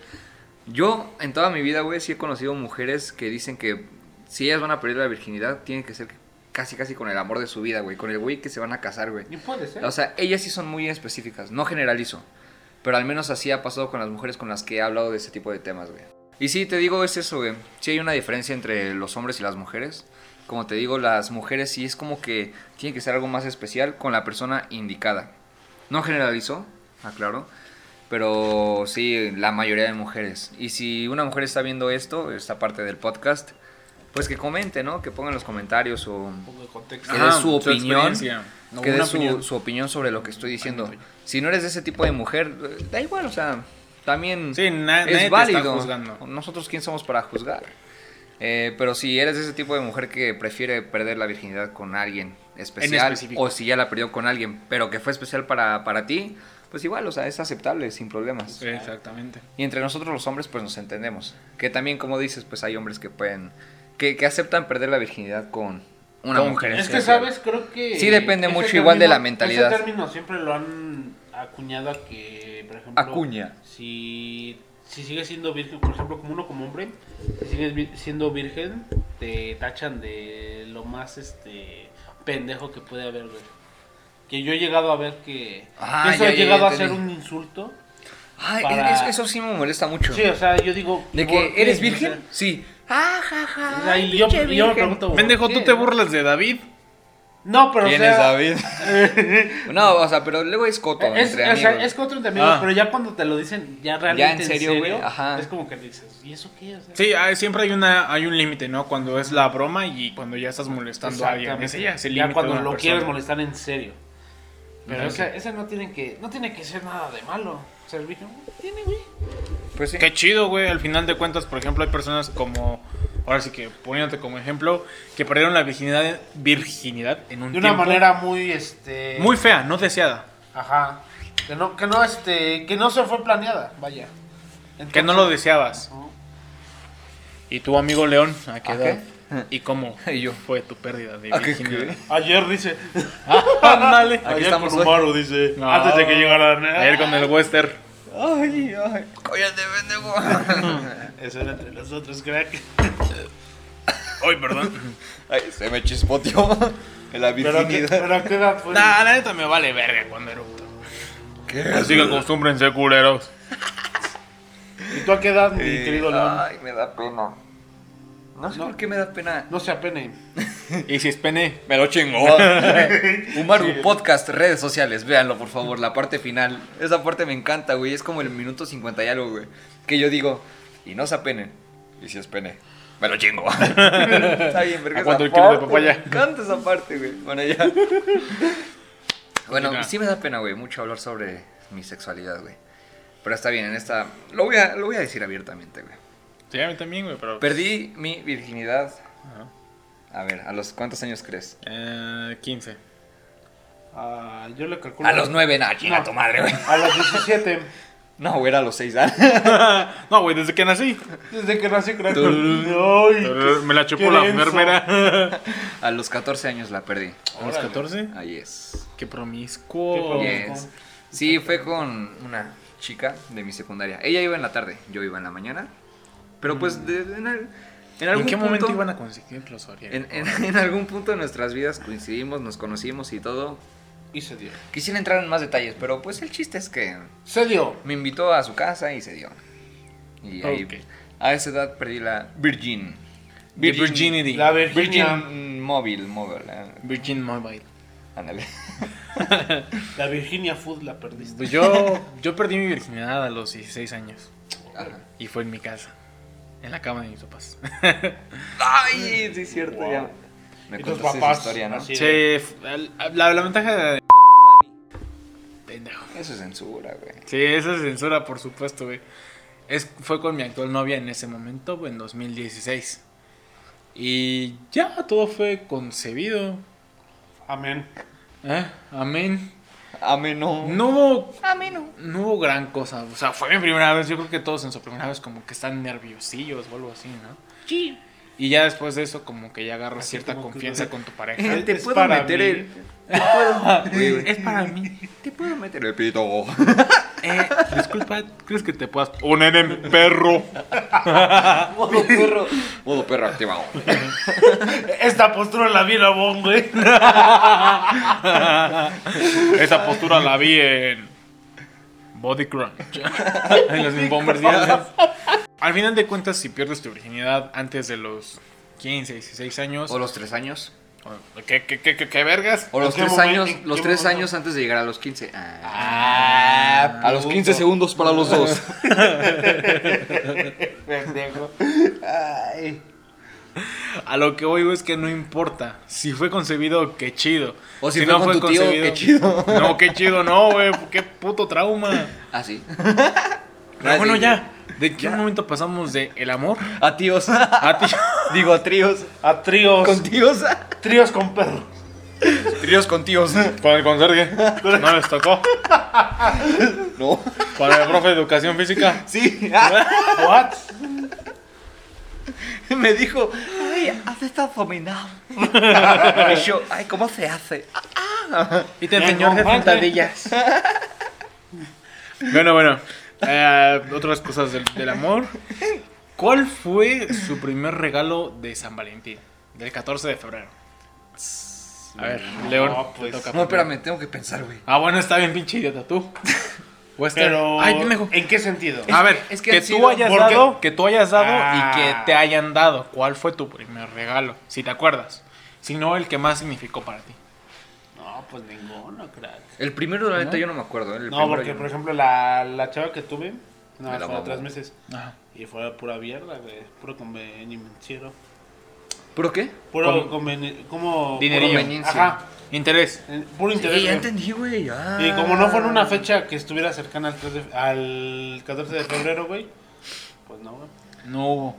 B: Yo, en toda mi vida, güey, sí he conocido mujeres que dicen que si ellas van a perder la virginidad, tiene que ser casi, casi con el amor de su vida, güey. Con el güey que se van a casar, güey.
D: Ni puede ser.
B: O sea, ellas sí son muy específicas, no generalizo. Pero al menos así ha pasado con las mujeres con las que he hablado de ese tipo de temas, güey. Y sí, te digo, es eso, güey. Sí hay una diferencia entre los hombres y las mujeres. Como te digo, las mujeres sí es como que tiene que ser algo más especial con la persona indicada. No generalizo, aclaro. Pero sí, la mayoría de mujeres. Y si una mujer está viendo esto, esta parte del podcast, pues que comente, ¿no? Que ponga en los comentarios o
D: Un poco de
B: que
D: contexto.
A: Ajá,
B: dé su opinión
A: experiencia. No,
B: que dé
A: una
B: su
A: opinión.
B: opinión. su opinión sobre lo que estoy diciendo.
A: opinión.
B: Si no eres de ese tipo de mujer, eh, da igual, o sea, también
A: Sí, na- nadie te
B: es
A: está
B: válido.
A: juzgando.
B: Nosotros quién somos para juzgar. Eh, pero si eres de ese tipo de mujer que prefiere perder la virginidad con alguien especial,
A: específico.
B: o si ya la perdió con alguien, pero que fue especial para, para ti, pues igual, o sea, es aceptable, sin problemas.
A: Sí, exactamente.
B: Y entre nosotros los hombres pues nos entendemos. Que también como dices pues hay hombres que pueden, que, que aceptan perder la virginidad con una
A: Con-
B: mujer. en
D: Es que,
B: especial.
D: ¿sabes? Creo que...
B: Sí, depende
D: ese
B: mucho igual de la mentalidad.
D: Ese término siempre lo han acuñado a que, por ejemplo...
B: Acuña.
D: Si, si sigues siendo virgen, por ejemplo, como uno como hombre, si sigues vi- siendo virgen, te tachan de lo más, este, pendejo que puede haber, güey. Que yo he llegado a ver que...
B: Ah,
D: que eso
B: ya,
D: ha
B: ya, ya
D: llegado a ser
B: entendí.
D: un insulto.
B: Ay,
D: para-
B: es- eso sí me molesta mucho.
D: Sí, o sea, yo digo...
B: de
D: ¿por
B: que
D: qué?
B: eres
D: O
B: virgen,
D: sea,
B: sí. Ah, ja, ja,
D: O sea,
B: ay,
D: y yo-
B: pinche
D: yo me
B: virgen.
D: pregunto, ¿por
A: Pendejo,
B: qué,
A: tú te
B: no?
A: burlas de David.
D: No, pero o
B: ¿Quién
D: sea,
B: es David? no, o sea, pero luego es coto
D: Es,
B: entre
D: o sea,
B: amigos.
D: es contra entre amigos,
A: Ah.
D: pero ya cuando te lo dicen, ya realmente
B: Ya en serio, güey, ajá.
D: es como que dices, ¿y eso qué? O sea,
A: Sí, hay- siempre hay una hay un límite, ¿no? Cuando es la broma y cuando ya estás molestando a pues, alguien.
D: exactamente.
A: Ese ya es el
D: ya
A: límite.
D: cuando
A: de una
D: lo
A: persona.
D: quieres molestar en serio. Pero
A: Ajá,
D: esa, esa no tiene que no tiene que ser nada de malo. Ser virgen, tiene, güey.
B: Pues sí.
A: Qué chido, güey. Al final de cuentas, por ejemplo, hay personas como. Ahora sí que poniéndote como ejemplo, que perdieron la virginidad, virginidad en un
D: De una
A: tiempo
D: manera muy este
A: muy fea, no deseada.
D: ajá, que no que no este que no se fue planeada, vaya.
A: Que no lo deseabas.
D: Ajá.
A: ¿Y tu amigo León? ¿A qué
B: ¿A
A: edad? ¿Y cómo
B: Y yo.
A: fue tu pérdida de
B: ¿A qué
A: virginidad?
D: Ayer dice,
A: Ah, Ándale.
B: Aquí estamos hoy.
D: Maru dice,
A: No. Ayer con el Wester.
B: Ay, ay. Cállate, pendejo.
D: Eso era entre nosotros, crack.
A: Ay, perdón.
B: Ay, se me chispoteó la
D: Pero a qué-
B: virginidad.
D: pero a qué edad fue?
A: nah, la neta me vale verga cuando erupto. Así que acostúmbrense, culeros.
D: ¿Y tú a qué edad, mi
B: Eh,
D: querido León?
B: Ay, me da pena. No sé
D: No.
B: por qué me da pena.
D: No se apene.
A: Y si es pene.
B: Me lo chingó. Umaru Podcast, redes sociales, véanlo por favor, la parte final. Esa parte me encanta, güey. Es como el minuto 50 y algo, güey. Que yo digo, y no se apenen. Y si es pene, me lo chingo. Está bien, verga.
A: ¿A cuánto
B: esa
A: el kilo de
B: parte,
A: papaya?
B: Me encanta esa parte, güey. Bueno, ya. Bueno,
A: Continúa.
B: sí me da pena, güey, mucho hablar sobre mi sexualidad, güey. Pero está bien, en esta. Lo voy a, lo voy a decir abiertamente, güey.
A: Sí, a mí también, güey, pero.
B: Perdí mi virginidad.
A: Ajá.
B: A ver, ¿a los cuántos años crees?
A: Eh, 15.
D: Ah, yo le calculo.
B: A los nueve, nah, chinga
D: No.
B: tu madre, güey.
D: A los 17.
B: No, güey, era a los seis ¿ah? años.
A: No, güey, desde que nací.
D: Desde que nací, crack.
B: Tul-
D: Ay, qué-
A: Me la chupó
D: qué
A: la
D: denso.
A: enfermera.
B: A los 14 años la perdí.
A: ¿A los 14?
B: Ahí es.
A: Qué promiscuo.
D: Qué promiscuo.
A: oh.
B: Yes. Sí, fue con una chica de mi secundaria. Ella iba en la tarde, yo iba en la mañana. Pero pues de- de- en, al- en algún
A: Mm. ¿En qué momento
B: punto-
A: iban a conseguir los
B: en,
A: orientes?
B: en- en algún punto de nuestras vidas coincidimos, nos conocimos y todo.
D: Y se dio.
B: Quisiera entrar en más detalles, pero pues el chiste es que
D: Se dio.
B: me invitó a su casa y se dio. Y ahí,
A: Ok.
B: a esa edad perdí la Virgin.
A: The Virginity.
D: La Virginia.
B: Virgin Mobile, Mobile. mm, eh,
A: Virgin Mobile.
B: Ándale.
D: La Virginia Food la perdiste.
A: Pues yo, yo perdí mi virginidad a los 16 años.
B: Ajá.
A: Y fue en mi casa. En la cama de mis papás.
B: Ay, sí es cierto,
D: Wow.
B: ya. Me
D: Y tus
B: contaste esa
D: papás,
B: historia, ¿no?
D: así. Sí.
A: Che, la, la- la ventaja de. Pendejo.
B: Eso es censura, güey.
A: Sí, esa es censura, por supuesto, güey. Es, fue con mi actual novia en ese momento, güey, en 2016. Y ya todo fue concebido.
D: Amén.
A: ¿Eh? Amén.
B: Amén, Ah, no.
A: No hubo,
B: Amén, no.
A: no hubo gran cosa. O sea, fue mi primera vez. Yo creo que todos en su primera vez como que están nerviosillos o algo así, ¿no?
B: Sí.
A: Y ya después de eso como que ya agarras
D: Así
A: cierta
D: como que-
A: confianza con tu pareja.
B: Te
D: Es
B: puedo
D: para
B: meter
D: mí.
B: el. Te puedo. Güey, güey,
A: es para mí.
B: Te puedo meter el pito.
A: Eh, disculpa, ¿crees que te puedas poner en perro?
B: Modo perro. Modo perro activado.
D: Esta postura la ¿eh? vi en Abón, güey.
A: Esa postura la vi en Body Crunch. en los bombardeadas. Al final de cuentas, si pierdes tu virginidad antes de los 15, 16 años.
B: O los tres años.
A: ¿Qué, qué, qué, qué, qué vergas?
B: O los
D: ¿En qué
B: tres
D: momento-
B: años.
D: en
B: Los
D: qué
B: tres
D: momento?
B: años antes de llegar a los 15. Ah.
D: Ah,
B: a los 15 segundos para los dos.
D: Pendejo. Ay.
A: a lo que oigo es que no importa. Si fue concebido, qué chido.
B: O si fue con tu tío, qué chido.
A: No, qué chido, no, güey. Qué puto trauma.
B: Ah, sí. Ah,
A: Pero bueno, ya. ¿De qué momento pasamos de el amor
B: A tíos.
A: a ti-
B: Digo, a tríos.
D: A tríos.
B: Con tíos.
D: Tríos con perros.
B: Tríos con tíos.
A: Con el conserje. No les tocó.
B: No.
A: Con el profe de educación física.
B: Sí.
D: What?
B: Me dijo, ay, haz esta abdominal. Y yo, ay, ¿cómo se hace?
A: Y te
D: Ya
A: enseñó a hacer
D: no, madre.
A: sentadillas. Bueno, bueno. Eh, otras cosas del, del amor. ¿Cuál fue su primer regalo de San Valentín? Del 14 de febrero. A ver, León.
D: No,
A: te
D: pues,
A: toca.
B: No, espérame, tengo que pensar, güey.
A: Ah, bueno, está bien, pinche idiota, tú. Western.
D: Pero.
A: Ay, pendejo.
D: ¿En qué sentido?
A: A ver,
B: es que
A: que,
B: han
A: tú
B: sido-
A: hayas
D: ¿Por qué?
A: dado, que tú hayas dado
D: Ah.
A: y que te hayan dado. ¿Cuál fue tu primer regalo? Si te acuerdas. Si no, el que más significó para ti.
D: No, pues ninguno, crack.
B: El primero, la neta, yo no me acuerdo. ¿eh? El
D: No,
B: primero
D: porque
B: yo-
D: por ejemplo la, la chava que tuve,
B: Me la
D: nada más fue de
B: mamó.
D: tres meses.
A: Ajá.
D: Y fue pura mierda, güey. Puro convenienciero.
B: ¿Puro qué?
D: Puro
A: Con-
D: conveni- como
A: Dinerillo.
D: puro-
B: Conveniencia.
D: Ajá.
A: Interés.
D: en- Puro interés.
B: Sí, ya
D: güey.
B: entendí, güey. Ah. ya.
D: y como no fue en una fecha que estuviera cercana al, 3 de- al 14 de febrero, güey. Pues no, güey.
A: No hubo.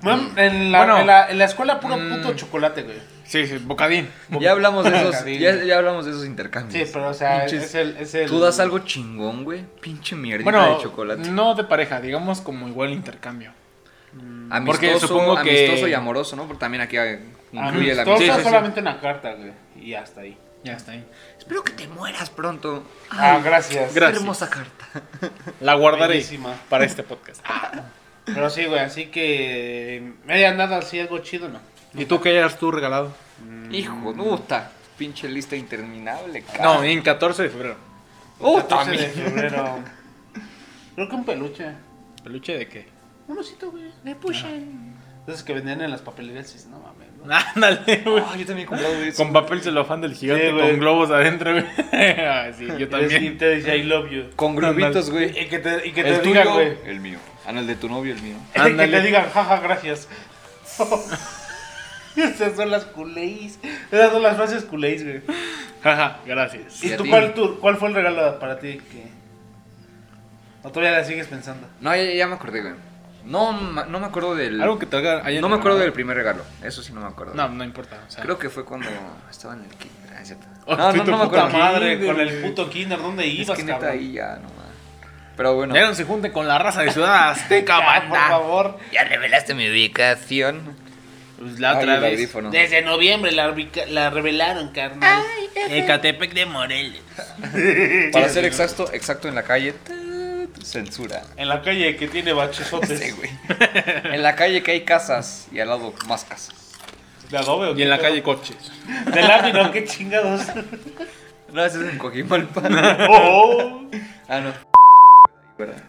B: Mm.
D: Mam, en, la,
A: Bueno.
D: en, la, en la escuela puro
A: Mm.
D: puto chocolate, güey.
A: Sí, sí, bocadín.
B: Ya hablamos de esos,
D: Cariño.
B: ya, ya hablamos de esos
D: Sí,
B: intercambios.
D: pero o sea,
B: Pinches.
D: es el, es el...
B: Tú das algo chingón, güey. Pinche mierdita
A: Bueno,
B: de chocolate.
A: no de pareja, digamos como igual intercambio.
D: mm,
B: Amistoso,
A: porque supongo que-
B: amistoso y amoroso, ¿no? Porque también aquí eh, incluye la
D: Amistoso,
A: Sí, sí, sí.
D: solamente una carta, güey. Y hasta ahí.
A: Ya está ahí.
B: Espero que te mueras pronto.
D: Ah, gracias.
A: Gracias.
B: Hermosa carta.
A: La guardaré
D: Bellísima.
A: para este podcast. Ah,
D: Pero sí, güey, así que me haya nada así algo chido, ¿no?
A: ¿Y tú qué hayas tú regalado?
B: Hijo, puta. Pinche lista interminable,
D: Ah.
A: No, en 14 de febrero.
B: Oh,
D: 14 de febrero. Creo que un peluche.
A: ¿Peluche de qué?
D: Un osito, güey. Le pushen. Entonces que vendían en las papelerías y dices, no mames. ¿no?
A: Ándale, güey.
B: Ah, yo también he comprado de
A: Con papel celofán del gigante,
D: Sí, güey.
A: con globos adentro, güey. Ah, sí, yo
D: Y
A: también.
D: te dice, I love you.
B: Con grumitos, güey.
D: Y que te, y que
B: El
D: te
B: tuyo,
D: digan, güey.
B: el mío. Ah, no, el de tu novio, el mío.
D: Y que
A: Ándale.
D: te digan, jaja, gracias. Esas son las culéis. Esas son las frases culéis, güey.
A: Jaja, gracias.
B: Sí,
D: ¿Y
B: a
D: tú
B: ti.
D: cuál, tú- cuál fue el regalo para ti? Que... ¿O todavía la sigues pensando?
B: No, ya, ya me acordé, güey. No, ma- no me acuerdo del.
A: Algo que te haga.
B: no me acuerdo del primer regalo. Eso sí, no me acuerdo.
A: No, no importa. O sea,
B: Creo que fue cuando estaba en el kinder. ah, es cierto.
A: Oh,
B: No,
A: sí,
B: no,
A: tu
B: no me
A: puta
B: acuerdo.
D: Puta madre,
A: kinder,
D: con el
A: güey.
D: puto kinder, ¿dónde
B: Es
D: ibas,
B: que neta
D: cabrón?
B: ahí ya, no ma. Pero bueno.
A: Ya no se junten con la raza de Ciudad Azteca,
D: Ya, por
A: banda.
D: favor.
B: Ya revelaste mi ubicación.
A: Pues la
B: Ay,
A: otra
B: el
A: vez.
B: audífono.
D: Desde noviembre la, ubica- la revelaron, carnal.
A: Ecatepec de Morelos.
B: Para ser exacto, exacto en la calle. Censura.
D: En la calle que tiene bachesotes.
B: Sí, güey. Este, En la calle que hay casas y al lado más casas.
D: ¿De adobe o
A: Y
D: qué
A: en la
D: pedo?
A: calle coches.
D: De lámina, qué chingados.
B: No, ese es en Cojimalpa.
D: Oh,
B: Ah, no. ¿Verdad?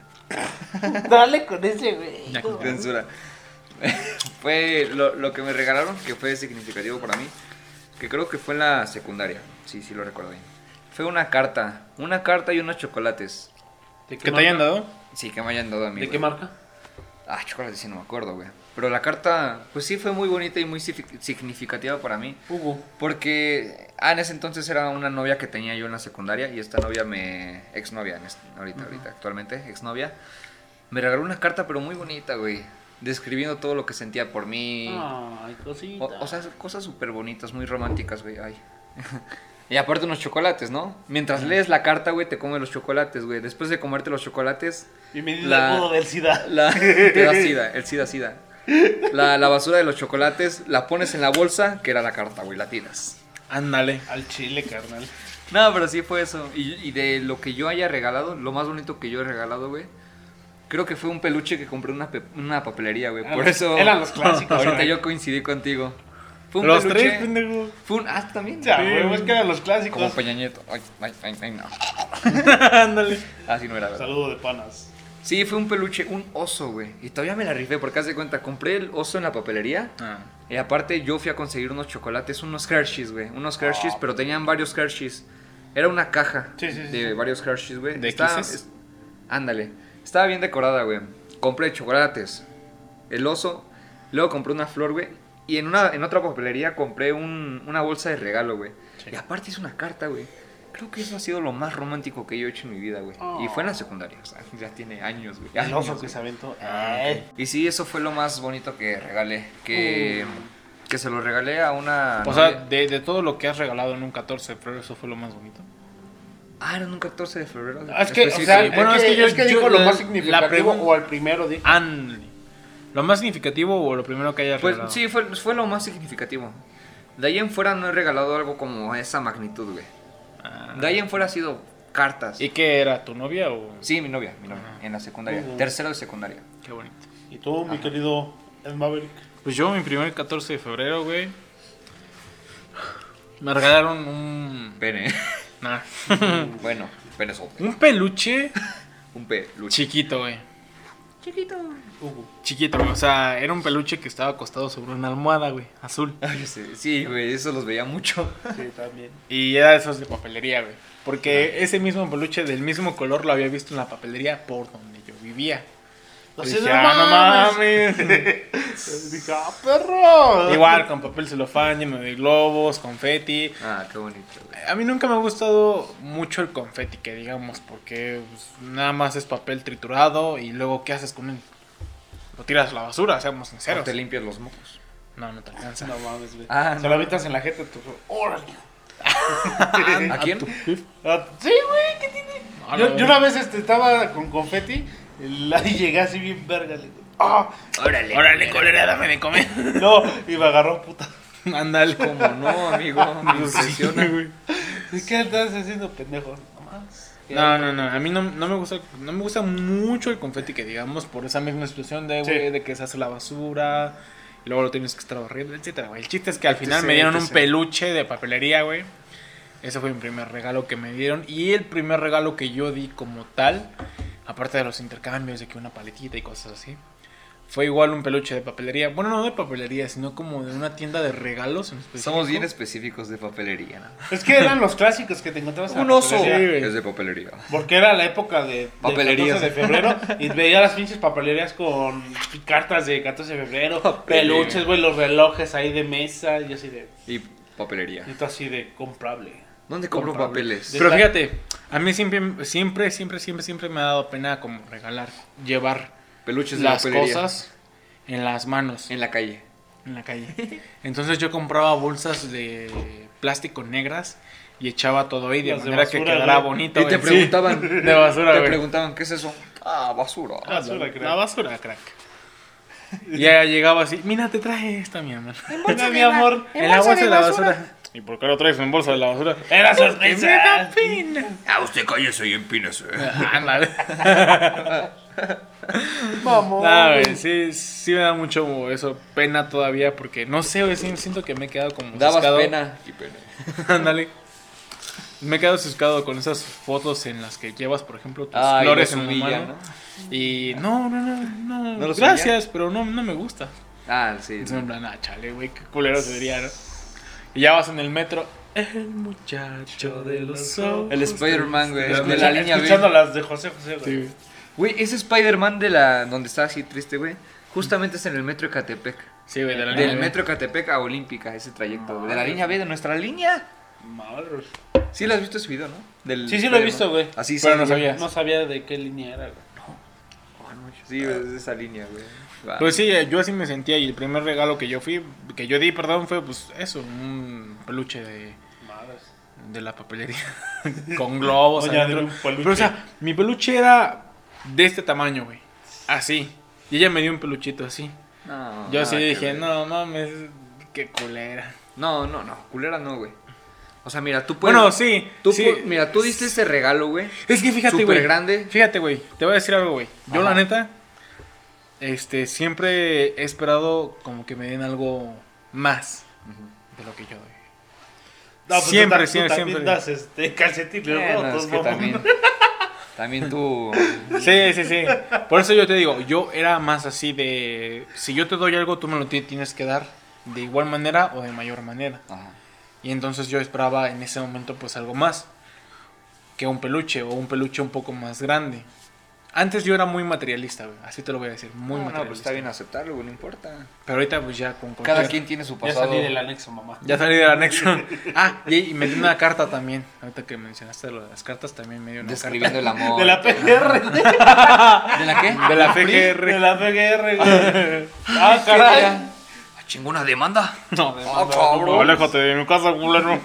D: dale con ese, güey.
A: Ya, con-
B: Censura. fue lo, lo que me regalaron, que fue significativo para mí, que creo que fue en la secundaria. Sí, sí, lo recuerdo bien. Fue una carta, una carta y unos chocolates.
D: ¿De
A: ¿Que te hayan dado?
B: Sí, que me hayan dado a mí.
D: ¿De qué
B: güey.
D: marca?
B: Ah, chocolates sí, no me acuerdo, güey. Pero la carta, pues sí, fue muy bonita y muy sifi- significativa para mí.
D: Hugo.
B: Porque, ah, en ese entonces era una novia que tenía yo en la secundaria y esta novia me, exnovia, en este- ahorita, ahorita, actualmente, exnovia, me regaló una carta pero muy bonita, güey, describiendo todo lo que sentía por mí.
D: Ay, cosita.
B: O, o sea, cosas súper bonitas, muy románticas, güey, ay. y aparte unos chocolates, ¿no? Mientras lees la carta, güey, te comes los chocolates, güey. Después de comerte los chocolates,
D: Bienvenido
B: la-
D: al mundo del SIDA.
B: la, te da sida, el sida, sida. La, la basura de los chocolates la pones en la bolsa, que era la carta, güey, la tiras.
A: Ándale.
D: Al chile, carnal.
B: No, pero sí fue eso. Y, y de lo que yo haya regalado, lo más bonito que yo he regalado, güey. Creo que fue un peluche que compré en una, pe- una papelería, güey. Por
D: Eran-
B: eso.
D: Ah, pues, Eran los clásicos.
B: Ahorita
D: güey.
B: yo coincidí contigo. Fue un
A: Los
B: peluche.
A: tres, pendejo.
B: Fue un. Ah, también.
D: Ya, güey, es que eran los
B: Como
D: clásicos.
B: Peña Nieto. Ay, ay, ay, ay, no.
A: Ándale.
B: Así no era, ¿verdad?
D: Saludo de panas.
B: Sí, fue un peluche, un oso, güey. Y todavía me la rifé porque haz de cuenta, compré el oso en la papelería.
A: Ah.
B: Y aparte yo fui a conseguir unos chocolates, unos Hershey's, güey. Unos
D: Ah,
B: Hershey's, pero tenían varios Hershey's. Era una caja
D: Sí, sí, sí,
B: de
D: sí.
B: varios Hershey's, güey.
A: ¿De
B: Estaba-
A: Kisses?
B: es- Ándale. Estaba bien decorada, güey. Compré chocolates, el oso, luego compré una flor, güey. Y en, una, en otra papelería compré un- una bolsa de regalo, güey.
A: Sí.
B: Y aparte es una carta, güey. Creo que eso ha sido lo más romántico que yo he hecho en mi vida, güey. Y fue en la secundaria, o sea, ya tiene años, güey.
D: Ah. El
B: años,
D: oso que
B: güey.
D: se aventó. Eh.
A: Ah,
B: Y sí, eso fue lo más bonito que regalé. Que, que se lo regalé a una.
A: Uh. O sea,
B: novia.
A: de, de todo lo que has regalado en un 14 de febrero, eso fue lo más bonito.
B: Ah, era un 14 de febrero.
D: Ah, es que, o sea,
B: específicamente.
A: bueno,
D: es que, yo, es que dijo lo
A: la-
D: más
A: la
D: significativo
A: pregunta-
D: o al primero dijo.
A: Ándale. ¿Lo más significativo o lo primero que hayas
B: Pues
A: regalado?
B: sí, fue, fue lo más significativo. De ahí en fuera no he regalado algo como esa magnitud, güey.
A: Ah.
B: De ahí en fuera ha sido cartas.
A: ¿Y qué era? ¿Tu novia o...?
B: Sí, mi novia, mi novia,
A: Ajá. Uh.
B: en la secundaria.
D: Ujú.
B: Tercero de secundaria.
A: Qué bonito.
D: Y tú, mi querido El Maverick.
A: Pues yo, mi primer 14 de febrero, güey. Me regalaron un.
B: Pene.
A: nah,
B: bueno, pene sote.
A: un peluche
B: Un peluche.
A: chiquito, güey.
B: Chiquito.
D: Hugo.
A: Chiquito, güey. O sea, era un peluche que estaba acostado sobre una almohada, güey. Azul.
B: Ay, sí, sí, güey, eso los veía mucho.
D: Sí, también.
A: Y era de esos de papelería, güey. Porque ese mismo peluche del mismo color lo había visto en la papelería por donde yo vivía.
D: No
A: Dije,
D: sé, no
A: "Ah,
D: mames".
A: no mames.
D: Dije, ah, perro.
A: Igual, con papel celofán, lleno de globos, confeti.
B: Ah, qué bonito, güey.
A: A mí nunca me ha gustado mucho el confeti, que digamos, porque pues, nada más es papel triturado y luego ¿qué haces con él? Lo tiras a la basura, seamos
B: O
A: sinceros.
B: te limpias los mocos.
A: No, no te alcanza.
D: No mames, güey.
B: Ah,
D: se
B: no.
D: lo avientas en la jeta. Tú, órale.
B: ¿A quién?
D: Ah, Sí, güey, ¿qué tiene?
A: No,
D: yo,
A: no,
D: yo una vez este, estaba con confeti la- y llegué así bien verga. le digo, ¡Ah!
B: Órale.
A: Órale, cólera, dame de comer.
D: No, y me agarró puta.
A: Ándale.
B: Como no, amigo. Me impresiona.
D: ¿Y ¿Qué andas haciendo, pendejo? No más.
A: No, no, no, a mí no, no me gusta, no me gusta mucho el confeti, que digamos, por esa misma situación de,
D: Sí.
A: güey, de que se hace la basura, y luego lo tienes que estar barriendo, etcétera, güey. El chiste es que al final
B: Sí,
A: me dieron
B: sí,
A: un
B: sí.
A: peluche de papelería, güey. Ese fue mi primer regalo que me dieron, y el primer regalo que yo di como tal, aparte de los intercambios, de que una paletita y cosas así, fue igual un peluche de papelería. Bueno, no de papelería, sino como de una tienda de regalos en específico.
B: Somos bien específicos de papelería, ¿no?
D: Es que eran los clásicos que te encontrabas en la
B: Un oso.
D: papelería.
A: Sí, güey.
B: Es de papelería.
D: Porque era la época de, del
B: Papelerías.
D: 14 de febrero y veía las pinches papelerías con cartas de 14 de febrero,
B: Papelería.
D: peluches, güey, los relojes ahí de mesa y yo así de,
B: Y papelería.
D: y tú así de comprable.
B: ¿Dónde compro
A: Comprable.
B: papeles?
A: Pero
D: Está-
A: fíjate, a mí siempre, siempre, siempre, siempre, siempre me ha dado pena como regalar, llevar
B: Peluches de
A: las
B: papelería.
A: cosas en las manos, en,
B: En la calle.
A: la calle. Entonces yo compraba bolsas de plástico negras y echaba todo ahí de
D: Las de
A: manera que
D: basura,
A: quedara
D: güey.
A: bonito.
B: Y te
A: güey.
B: preguntaban.
A: Sí, de basura,
B: Te
A: güey.
B: preguntaban, ¿qué es eso? Ah, basura.
A: La
D: Basura, crack.
A: La basura, crack. Y ya llegaba así, mira, te traje esta, mi amor.
D: Mira, mi amor,
A: En la bolsa de la basura. ¿Y por qué lo traes en bolsa de la basura?
D: era
A: ¡Me da
D: sorpresa.
A: pena!
B: Ah, usted cállese y empínese.
A: Ah, Ándale.
D: Vamos.
A: No, güey, sí, sí me da mucho eso, pena todavía, porque no sé, güey, sí, siento que me he quedado como
B: Dabas
A: ciscado.
B: pena. Y pena.
A: Ándale. Me he quedado ciscado con esas fotos en las que llevas, por ejemplo, tus
B: Ah, y
A: flores en
B: los
A: la
B: humillan,
A: mano. Y no, no, no, no,
B: ¿No los
A: gracias, pero no, no me gusta.
B: Ah, sí.
A: Es en plan, ah, chale, güey, qué culero sería, ¿no? Y ya vas en el metro, el muchacho de los ojos.
B: El Spider-Man, güey. De la
D: Escucha-
B: línea
D: Escuchando
B: B.
D: las de José José, güey.
A: Sí.
B: Güey, ese Spider-Man de la. donde está así triste, güey. Justamente es en el metro Ecatepec.
A: Sí, güey, de la línea
B: Del
A: B.
B: metro Ecatepec a Olímpica, ese trayecto. De la línea B, de nuestra línea.
D: Madre.
B: Sí, lo has visto ese video, ¿no? Del
D: Sí, sí lo he
B: Spider-Man.
D: visto, güey.
B: Así
A: Pero
B: sí,
A: no
B: ya.
A: sabía.
D: No sabía de qué línea era, güey.
B: Ah, no, Sí, güey, es de esa línea, güey. Va.
A: Pues sí, yo así me sentía y el primer regalo que yo fui, que yo di, perdón, fue pues eso, un peluche de,
D: Madre.
A: de la papelería con globos.
D: Oye,
A: adentro.
D: dame un peluche.
A: Pero o sea, mi peluche era de este tamaño, güey. Así. Y ella me dio un peluchito así.
B: No,
A: Yo
B: nada
A: así
B: que
A: dije,
B: ver.
A: no mames, qué culera.
B: No, no, no, culera no, güey. O sea, mira, tú puedes.
A: bueno, sí.
B: Pues, Tú
A: sí.
B: pu- Mira, tú diste ese regalo, güey.
A: Es que fíjate,
B: Súper
A: güey.
B: grande.
A: Fíjate, güey. Te voy a decir algo, güey. Yo,
B: Ajá.
A: la neta, este, siempre he esperado como que me den algo más de lo que yo doy.
D: pues, tú
A: Siempre,
D: ta-
A: siempre,
D: también
A: siempre.
D: das este, calcetines
B: Bueno,
D: rotos,
B: Eh, es que
D: mamá.
B: también. También tú.
A: Sí, sí, sí. Por eso yo te digo, yo era más así de. Si yo te doy algo, tú me lo ti- tienes que dar de igual manera o de mayor manera.
B: Ajá.
A: Y entonces yo esperaba en ese momento, pues algo más que un peluche o un peluche un poco más grande. Antes yo era muy materialista, güey. Así te lo voy a decir. Muy
B: no, no,
A: materialista.
B: pues está bien aceptarlo, güey, no importa.
A: Pero ahorita, pues ya con
B: Cada
A: cualquier-
B: quien tiene su
D: Ya
B: pasado.
D: salí del anexo, mamá.
A: Ya salí del anexo. Ah, y, y me dio una carta también. Ahorita que mencionaste lo de las cartas, también me dio una
B: Describiendo el amor.
D: De la PGR.
B: ¿De la qué?
A: carta. De la FGR.
D: De la PGR, güey. Ah, caray.
B: Ah, chingona demanda.
A: No,
B: Ah, cabrón.
A: Aléjate de mi casa, culero.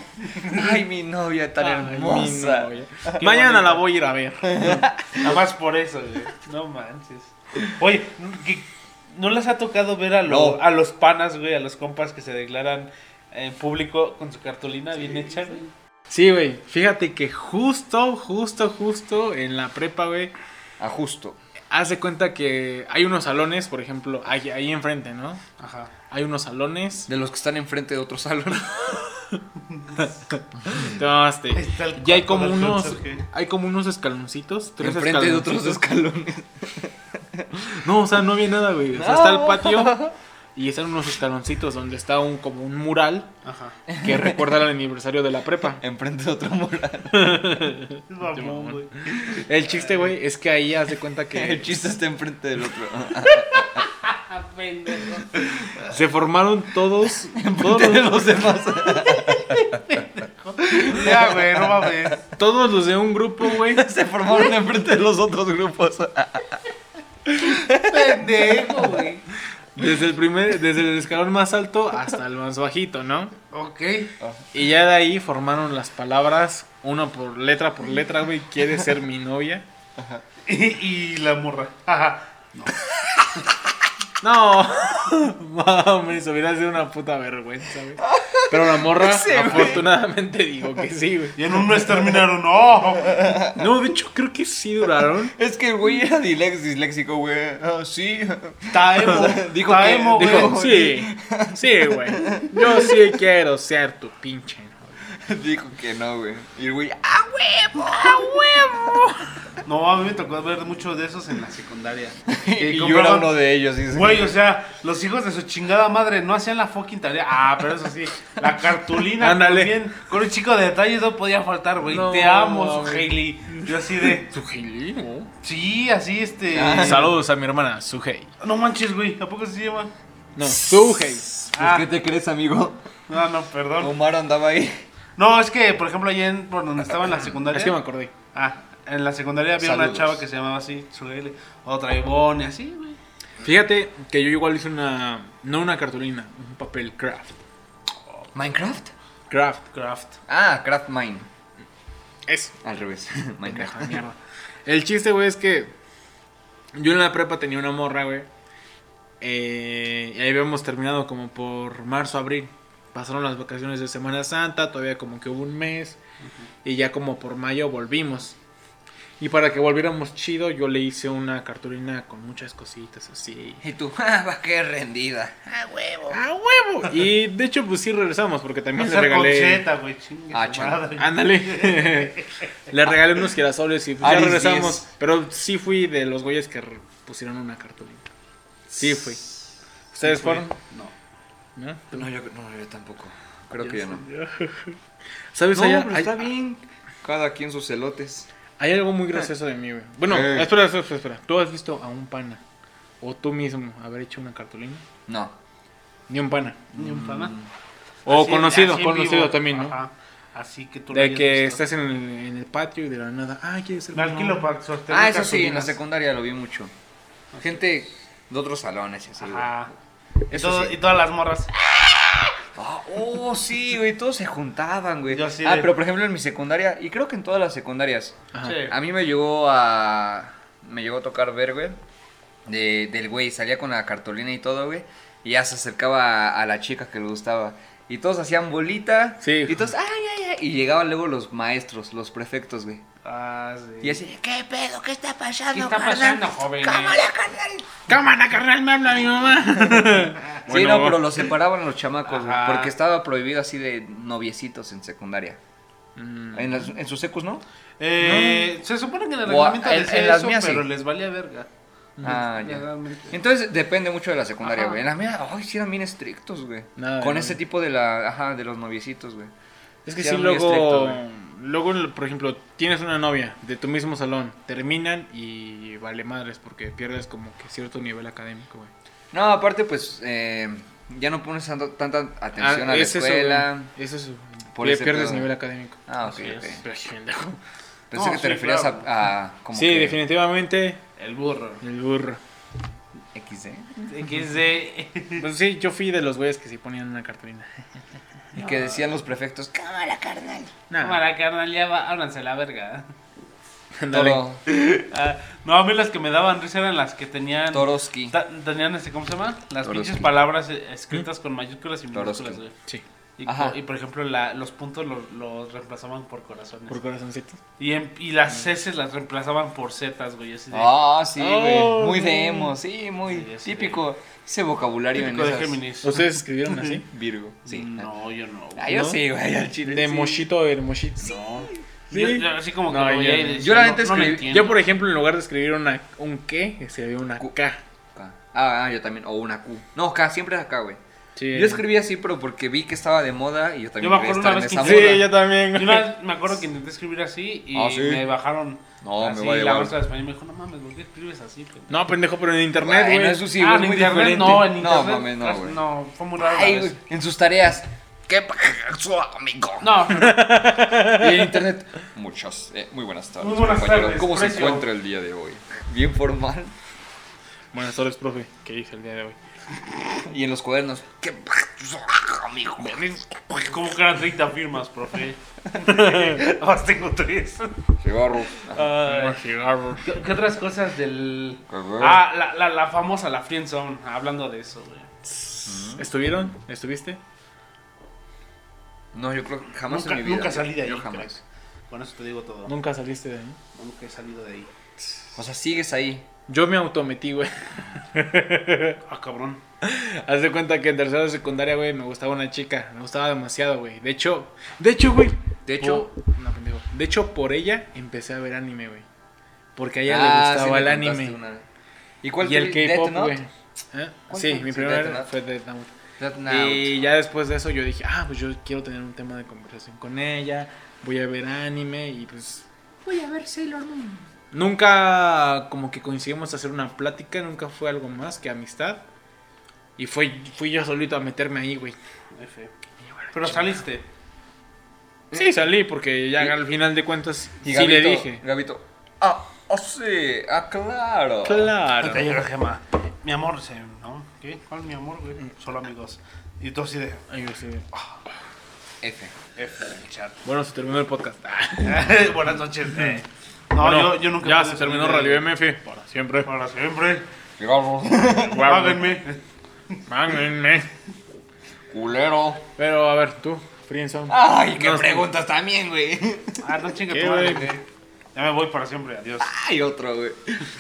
B: Ay, mi novia tan
A: Ay,
B: hermosa.
A: mi novia. Mañana la voy a ir a ver.
D: Nada más por eso, güey. No manches. Oye, ¿qué- ¿no les ha tocado ver a, lo-
B: No.
D: a los panas, güey? A los compas que se declaran en público con su cartulina bien hecha, güey.
A: Sí, güey. Fíjate que justo, justo, justo en la prepa, güey.
B: A Ah, justo.
A: Haz de cuenta que hay unos salones, por ejemplo, ahí, ahí enfrente, ¿no?
D: Ajá.
A: Hay unos salones.
B: De los que están enfrente de otro salón.
A: Tomaste.
D: Está el
A: Y hay
D: cuarto
A: como
D: del
A: unos.
D: conserje.
A: Hay como unos escaloncitos. Tres
B: enfrente de otros
A: escaloncitos.
B: escalones.
A: No, o sea, no había nada, güey. O sea, está el patio y están unos escaloncitos donde está un como un mural
D: Ajá.
A: que recuerda el aniversario de la prepa.
B: Enfrente de otro mural.
D: Mamón, güey.
A: El chiste, güey, es que ahí haz de cuenta
B: El
A: que
B: chiste está enfrente del otro.
A: se formaron todos, todos
B: De
A: los,
B: los demás.
D: Ya, güey, no mames.
A: todos los de un grupo, güey.
B: Se formaron enfrente de los otros grupos.
D: Pendejo, güey.
A: Desde el primer, desde el escalón más alto hasta el más bajito, ¿no?
D: Ok.
A: Y ya de ahí formaron las palabras, uno por letra por letra, güey, quiere ser mi novia.
D: Y, y la morra. Ajá.
A: No, mames, hubiera sido una puta vergüenza, güey. Pero la morra afortunadamente dijo que sí, güey.
D: Y en un mes terminaron. ¡Oh!
A: No, de hecho creo que sí duraron.
B: Es que el güey era dilex- disléxico, güey. Ah, sí.
D: Taemo.
B: Dijo
D: Taemo,
B: que-
D: güey.
A: Dijo, sí, sí, güey. Yo sí quiero ser tu pinche novia.
B: Dijo que no, güey. Y el güey, ¡ah, huevo!
D: No, a mí me tocó ver muchos de esos en la secundaria. Que
B: Y yo era
D: compraban-
B: uno de ellos. dice. Pues,
D: Güey, o sea, los hijos de su chingada madre no hacían la fucking tarea. Ah, pero eso sí, la cartulina
A: Ándale.
D: también, con un chico de detalles no podía faltar, güey.
A: No,
D: Te amo, su
A: mami.
D: Hailey. Yo así de,
A: Sujei, ¿no?
D: sí, así este.
A: Saludos a mi hermana, Sujei.
D: No manches, güey, ¿a poco se llama?
A: No, Sujei.
B: Pues, ¿Qué te crees, amigo?
D: No, no, perdón.
B: Omar andaba ahí.
D: No, es que, por ejemplo, allá en, por donde estaba en la secundaria.
A: Es que me acordé.
D: Ah, en la secundaria había una
B: Saludos.
D: chava que se llamaba así, su Hailey. Otra Ivonne, y así, güey.
A: Fíjate que yo igual hice una, no una cartulina, un papel craft.
B: ¿Minecraft?
A: Craft,
D: Craft.
B: Ah, Craft Mine.
A: eso.
B: Al revés.
A: Pendejo de
B: Minecraft.
A: Ah, mierda. El chiste, güey, es que yo en la prepa tenía una morra, güey. eh, y ahí habíamos terminado como por marzo, abril. Pasaron las vacaciones de Semana Santa, todavía como que hubo un mes. Y ya como por mayo volvimos. Y para que volviéramos chido, yo le hice una cartulina con muchas cositas así.
B: Y tú, ah, va a quedar rendida.
A: ¡A huevo! Y de hecho, pues sí regresamos, porque también le
D: Esa
A: regalé.
D: concheta, güey, chingue
B: Ah,
D: su
B: chinga.
D: madre.
A: Ándale. Le regalé unos girasoles y pues, ya
B: Aris
A: regresamos.
B: 10.
A: Pero sí fui de los güeyes que re- pusieron una cartulina. Sí fui. ¿Ustedes fueron?
D: No.
A: ¿No?
B: No, yo, no, yo tampoco. Creo que yo no. No,
A: ¿Sabes? allá,
B: pero
A: hay,
B: está bien. Cada quien sus elotes.
A: hay algo muy gracioso de mí, güey. Bueno,
B: Eh.
A: espera, espera, espera, espera. ¿Tú has visto a un pana? ¿O tú mismo haber hecho una cartulina?
B: No.
A: Ni un pana.
D: Ni un pana.
A: O
D: Así-
A: conocido,
D: así en
A: conocido
D: vivo.
A: también, ¿no?
D: Ajá. Así que tú lo
A: De
D: hayas
A: que
D: visto.
A: estás en el, en el patio y de la nada. Ah, quieres ser. mi
D: Tranquilo
A: novia?"
D: para sortear.
B: Ah,
D: las
B: eso sí, en la
D: cartulinas.
B: secundaria lo vi mucho. Gente de otros salones y así, güey.
D: Ah, Ajá. Y,
B: Eso
D: todo-
B: sí.
D: y todas las morras.
B: Ah, oh, sí, güey, todos se juntaban, güey.
D: Yo así
B: Ah,
D: de-
B: pero por ejemplo en mi secundaria, y creo que en todas las secundarias,
A: Ajá.
D: Sí.
B: a mí me llegó a. Me llegó a tocar ver, güey. de- del güey, salía con la cartulina y todo, güey. Y ya se acercaba a, a la chica que le gustaba. Y todos hacían bolita.
A: Sí.
B: Y todos, ay, ay, ay. Y llegaban luego los maestros, los prefectos, güey.
D: Ah, sí.
B: Y así, ¿qué pedo? ¿Qué está pasando?
D: ¿Qué está
B: carnal?
D: pasando, joven?
B: ¡Cámara, carnal!
A: Cámara, carnal, me habla mi mamá.
B: Sí,
A: Bueno.
B: no, pero los separaban los chamacos, güey,
D: Ajá.
B: porque estaba prohibido así de noviecitos en secundaria.
A: Mm.
B: En, las- en sus secus, ¿no?
D: Eh, Se supone que en el
B: O a-
D: reglamento
B: en-
D: decía
B: en las
D: eso,
B: mías sí.
D: pero les valía verga.
B: Ah, ya.
D: Realmente.
B: Entonces depende mucho de la secundaria,
D: Ajá.
B: güey. En la mía, ay, sí eran bien estrictos, güey.
A: Nada de
B: Con
A: novio.
B: ese tipo de la, ajá, de los noviecitos, güey.
A: Es que
B: Sí,
A: sí,
B: era muy estricto,
A: luego
B: güey.
A: luego, por ejemplo, tienes una novia de tu mismo salón, terminan y vale madres porque pierdes como que cierto nivel académico, güey.
B: No, aparte, pues, eh, ya no pones tanto- tanta atención
A: Ah,
B: a la
A: es eso,
B: escuela.
A: güey, es eso.
B: Por
A: Le
B: ese
A: pierdes
B: pedo.
A: nivel académico.
B: Ah, ok,
A: Así
B: ok.
A: es. Pero, pendejo.
B: Pensé
D: No,
B: que te
D: sí,
B: referías
D: claro.
B: a, a como
A: Sí,
B: que
A: definitivamente
D: El burro.
A: el burro.
B: XD.
D: XD.
A: Pues sí, yo fui de los güeyes que sí ponían una cartulina.
B: Y que decían los prefectos, cámara, carnal.
A: Nada.
D: Cámara, carnal, ya va, ábranse la verga.
A: ándale.
B: Toro,
D: Ah, no, a mí las que me daban risa eran las que tenían.
B: Toroski.
D: ta- tenían este, ¿cómo se llama? Las
B: Toroski.
D: pinches palabras eh, escritas con mayúsculas y
B: Toroski.
D: minúsculas, güey.
A: Sí,
D: Y,
B: Ajá.
D: po- y por ejemplo, la- los puntos los, los reemplazaban por corazones.
A: por corazoncito.
D: Y, en- y las S las reemplazaban por Z, güey. Así de,
B: Ah, sí, güey.
A: Oh,
B: muy
A: güey.
B: de emo, sí, muy
D: Sí, sí,
B: típico. Ese vocabulario
D: típico
B: en
D: de
B: esas...
D: Géminis.
A: ¿Ustedes escribieron así?
B: Virgo. Sí.
D: No, yo no. güey.
B: Ah, yo
A: ¿No?
B: sí, güey, al chile.
A: De
B: sí.
A: mochito, el mochito.
D: No.
A: Sí.
D: Yo, yo así como que
A: No,
D: lo
A: yo
D: veía y
A: no.
D: decía,
B: Yo la
D: no-
B: neta
D: no lo
B: escribí-
D: entiendo.
A: Yo, por ejemplo, en lugar de escribir una, un qué, escribí una
B: Cu-
A: K.
B: K. Ah, ah, yo también. O una Q. No, K, siempre es acá, güey.
A: Sí.
B: Yo escribí así, pero porque vi que estaba de moda y yo también
D: Yo me
B: quería
D: acuerdo
B: estar
D: una
B: en
D: vez
B: esa
D: que-
B: moda.
A: Sí, yo también.
D: Yo una vez me acuerdo que intenté escribir así y
B: Ah, ¿sí?
D: me bajaron
B: No, me
D: así
B: vale,
D: la
B: vale.
D: bolsa de español. Me dijo, no mames, ¿por qué escribes así? pendejo?"
A: No, pendejo, pero en internet,
B: Ay,
A: güey.
B: no, eso sí,
D: ah,
B: güey,
D: en
B: muy
D: internet
B: diferente.
D: no, en internet.
B: No, mames, no,
D: casi-
B: güey.
D: no, fue muy raro.
B: Ay,
D: la vez.
B: güey, en sus tareas. ¿Qué pasó, amigo?
D: No,
B: Y en internet. Muchas, eh, muy buenas tardes.
D: Muy buenas
B: compañero.
D: tardes,
B: ¿Cómo se
D: precio.
B: encuentra el día de hoy? Bien formal.
A: Buenas tardes, profe. ¿Qué hice el día de hoy?
B: Y en los cuadernos. ¿Qué pasó, amigo?
D: como que eran 30 firmas, profe. Ahora tengo tres.
B: Cigarro.
D: Ay.
A: Un cigarro.
D: Ah, ¿Qué, qué otras cosas del.
B: Qué huevo.
D: Ah, la, la, la famosa, la Friend Zone. Hablando de eso, güey.
A: ¿Estuvieron? ¿Estuviste?
B: No, yo creo que jamás
D: Nunca,
B: en mi vida.
D: nunca salí de ahí.
B: Yo jamás.
D: crack. Con eso te digo todo.
A: Nunca saliste de ahí.
D: Nunca he salido de ahí.
B: O sea, sigues ahí.
A: Yo me autometí, güey.
D: Ah, cabrón.
A: Haz de cuenta que en tercero de secundaria, güey, me gustaba una chica. Me gustaba demasiado, güey. De hecho, de hecho, güey.
B: De hecho-
A: por- no, pendejo. De hecho, por ella empecé a ver anime, güey. Porque a ella
B: Ah,
A: le
B: sí,
A: gustaba
B: me
A: el
B: contaste
A: anime.
B: una. ¿Y cuál
A: y el
B: fue?
A: K-pop,
B: Death Note?
A: güey. ¿Eh?
B: ¿Cuál
A: Sí,
B: fue?
A: mi
B: Sí,
A: primera
B: Death Note. pues
A: fue Death Note.
B: Death Note.
A: Y ya después de eso yo dije, ah, pues yo quiero tener un tema de conversación con ella, voy a ver anime y pues... Voy a ver Sailor Moon. Nunca como que coincidimos a hacer una plática, nunca fue algo más que amistad. Y fue, fui yo solito a meterme ahí, güey.
D: F. Pero saliste.
A: Sí, salí porque ya al final de cuentas
B: Y
A: sí
B: Gabito,
A: le dije.
B: Gabito. Ah, ah, sí. Ah, claro.
A: Claro.
D: Te llega Gema. Mi amor, se- ¿no? ¿Qué? ¿Cuál mi amor, güey? Solo amigos. Y tú así de.
A: Ay, yo sí.
B: F.
D: F el chat.
A: Bueno, se terminó el podcast. Ah.
D: Buenas noches. eh. No,
A: Bueno,
D: yo, yo nunca.
A: Ya
D: pude
A: se terminó
D: salir de
A: Radio
D: ahí.
A: MF. Para siempre.
D: Para siempre.
B: Cigarro.
D: Páguenme.
A: Páguenme.
B: Culero.
A: Pero a ver, tú, Friendzone.
B: Ay, qué
A: No, sí.
B: preguntas también, güey.
D: Ah, no chinga
A: ¿Qué,
D: tu madre,
A: güey?
D: güey. Ya me voy para siempre. Adiós.
B: Ay, otro, güey.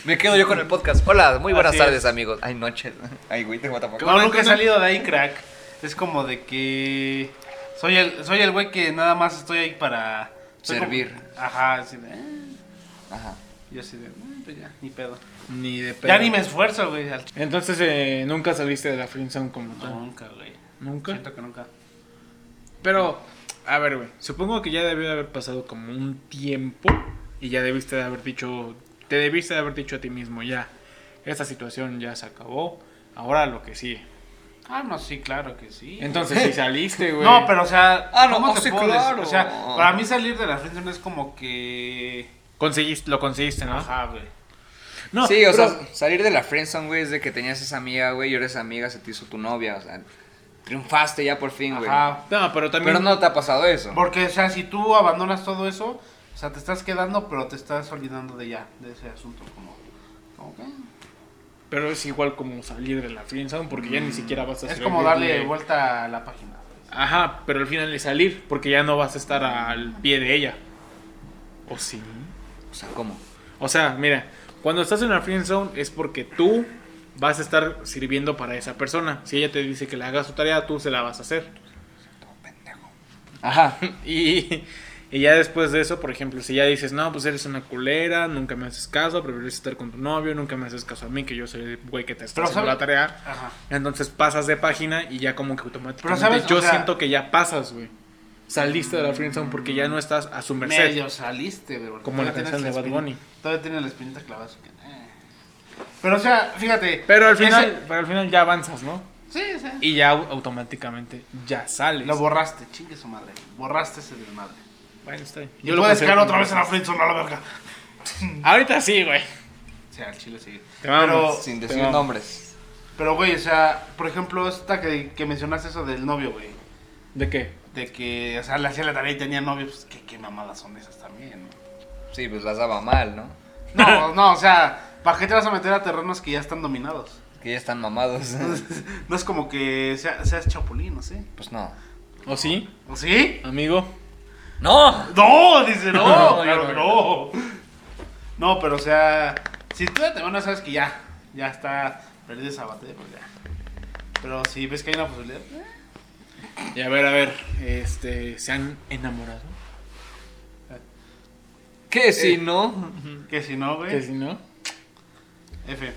B: Me quedo yo con el podcast. Hola, muy buenas
D: Así
B: tardes,
D: es.
B: amigos. Ay, noches. Ay, güey, te guata
D: No, nunca he salido de ahí, crack. Es como de que. Soy el, soy el güey que nada más estoy ahí para. soy como-
B: Servir.
D: Ajá, así de. eh,
B: Ajá.
D: Yo así de. eh, pues ya, ni pedo.
A: Ni de pedo.
D: Ya ni me esfuerzo, güey. al ch-
A: Entonces, eh, nunca saliste de la friendzone como tal.
D: Nunca, güey.
A: Nunca.
D: Siento que nunca.
A: Pero, a ver, güey. Supongo que ya debió de haber pasado como un tiempo y ya debiste de haber dicho, te debiste de haber dicho a ti mismo ya. Esta situación ya se acabó. Ahora lo que sigue.
D: Ah, no, sí, claro que sí.
A: Entonces, si saliste, güey.
D: No, pero o sea,
B: Ah, no,
D: ¿cómo
B: oh,
D: te
B: sí,
D: puedo decir?
B: claro.
D: O sea, para mí salir de la friendzone es como que
A: Conseguiste, lo conseguiste,
B: ¿Ah?
A: ¿no?
D: ajá, güey.
A: No,
B: sí, o
A: pero-
B: sea, salir de la friendzone, güey, es de que tenías esa amiga, güey, y ahora esa amiga se te hizo tu novia, o sea, triunfaste ya por fin, güey.
D: Ajá.
A: No, pero también.
B: Pero no te ha pasado eso.
D: Porque o sea, si tú abandonas todo eso, o sea, te estás quedando, pero te estás olvidando de ya, de ese asunto como como que
A: Pero es igual como salir de la friendzone porque ya ni siquiera vas a
D: es
A: ser
D: como
A: el
D: darle
A: güey.
D: vuelta a la página. güey.
A: Ajá, pero al final es salir, porque ya no vas a estar al pie de ella. ¿O sí?
B: O sea, ¿cómo?
A: O sea, mira, cuando estás en la friend zone es porque tú vas a estar sirviendo para esa persona. Si ella te dice que le hagas su tarea, tú se la vas a hacer.
B: Todo pendejo. Ajá.
A: Y, y ya después de eso, por ejemplo, si ya dices, no, pues eres una culera, nunca me haces caso, prefieres estar con tu novio, nunca me haces caso a mí, que yo soy el güey que te está
D: Pero
A: haciendo
D: sabe-
A: la tarea.
D: Ajá.
A: Entonces pasas de página y ya como que automáticamente
D: Pero sabes, o
A: yo
D: sea-
A: siento que ya pasas, güey. saliste de la friendzone porque ya no estás a su merced.
D: Medio saliste, güey. porque
A: Como la
D: todavía
A: canción
D: tienes
A: de
D: la
A: Bad
D: espin-
A: Bunny.
D: Todavía tiene la espinita clavada. así que, eh. Pero, o sea, fíjate.
A: Pero al
D: ese-
A: final, pero al final ya avanzas, ¿no?
D: Sí, sí.
A: Y ya au- automáticamente ya sales.
D: Lo borraste, chingue su madre. Borraste ese desmadre.
A: Bueno, está bien.
D: Yo lo voy a
A: considero
D: descargar otra
A: como-
D: vez en la friendzone, a la verga.
A: Ahorita sí, güey.
D: O sea, al chile sí.
A: Te vamos.
D: Pero,
B: Sin
A: Te
B: decir
A: vamos.
B: nombres.
D: pero, güey, o sea, por ejemplo, esta que, que mencionaste eso del novio, güey.
A: ¿De qué?
D: De que, o sea, le hacía la tarea y tenía novio. Pues, qué, qué mamadas son esas también, ¿no?
B: Sí, pues las daba mal, ¿no?
D: No, no, o sea, ¿para qué te vas a meter a terrenos que ya están dominados?
B: Que ya están mamados.
D: No es como que sea- seas chapulín, no sé.
B: Pues no.
A: ¿O sí,
D: ¿O sí?
A: amigo?
B: ¡No!
D: No, dice no,
B: No, yo
D: claro
B: no,
D: que
B: yo
D: no. No, pero o sea, si tú de temprano sabes que ya, ya está perdido esa batalla, pues ya. Pero si ves que hay una posibilidad, eh,
A: Y a ver, a ver, este, ¿se han enamorado?
B: ¿Qué si no?
D: que si no,
A: Que
D: güey,
A: si no?
D: F.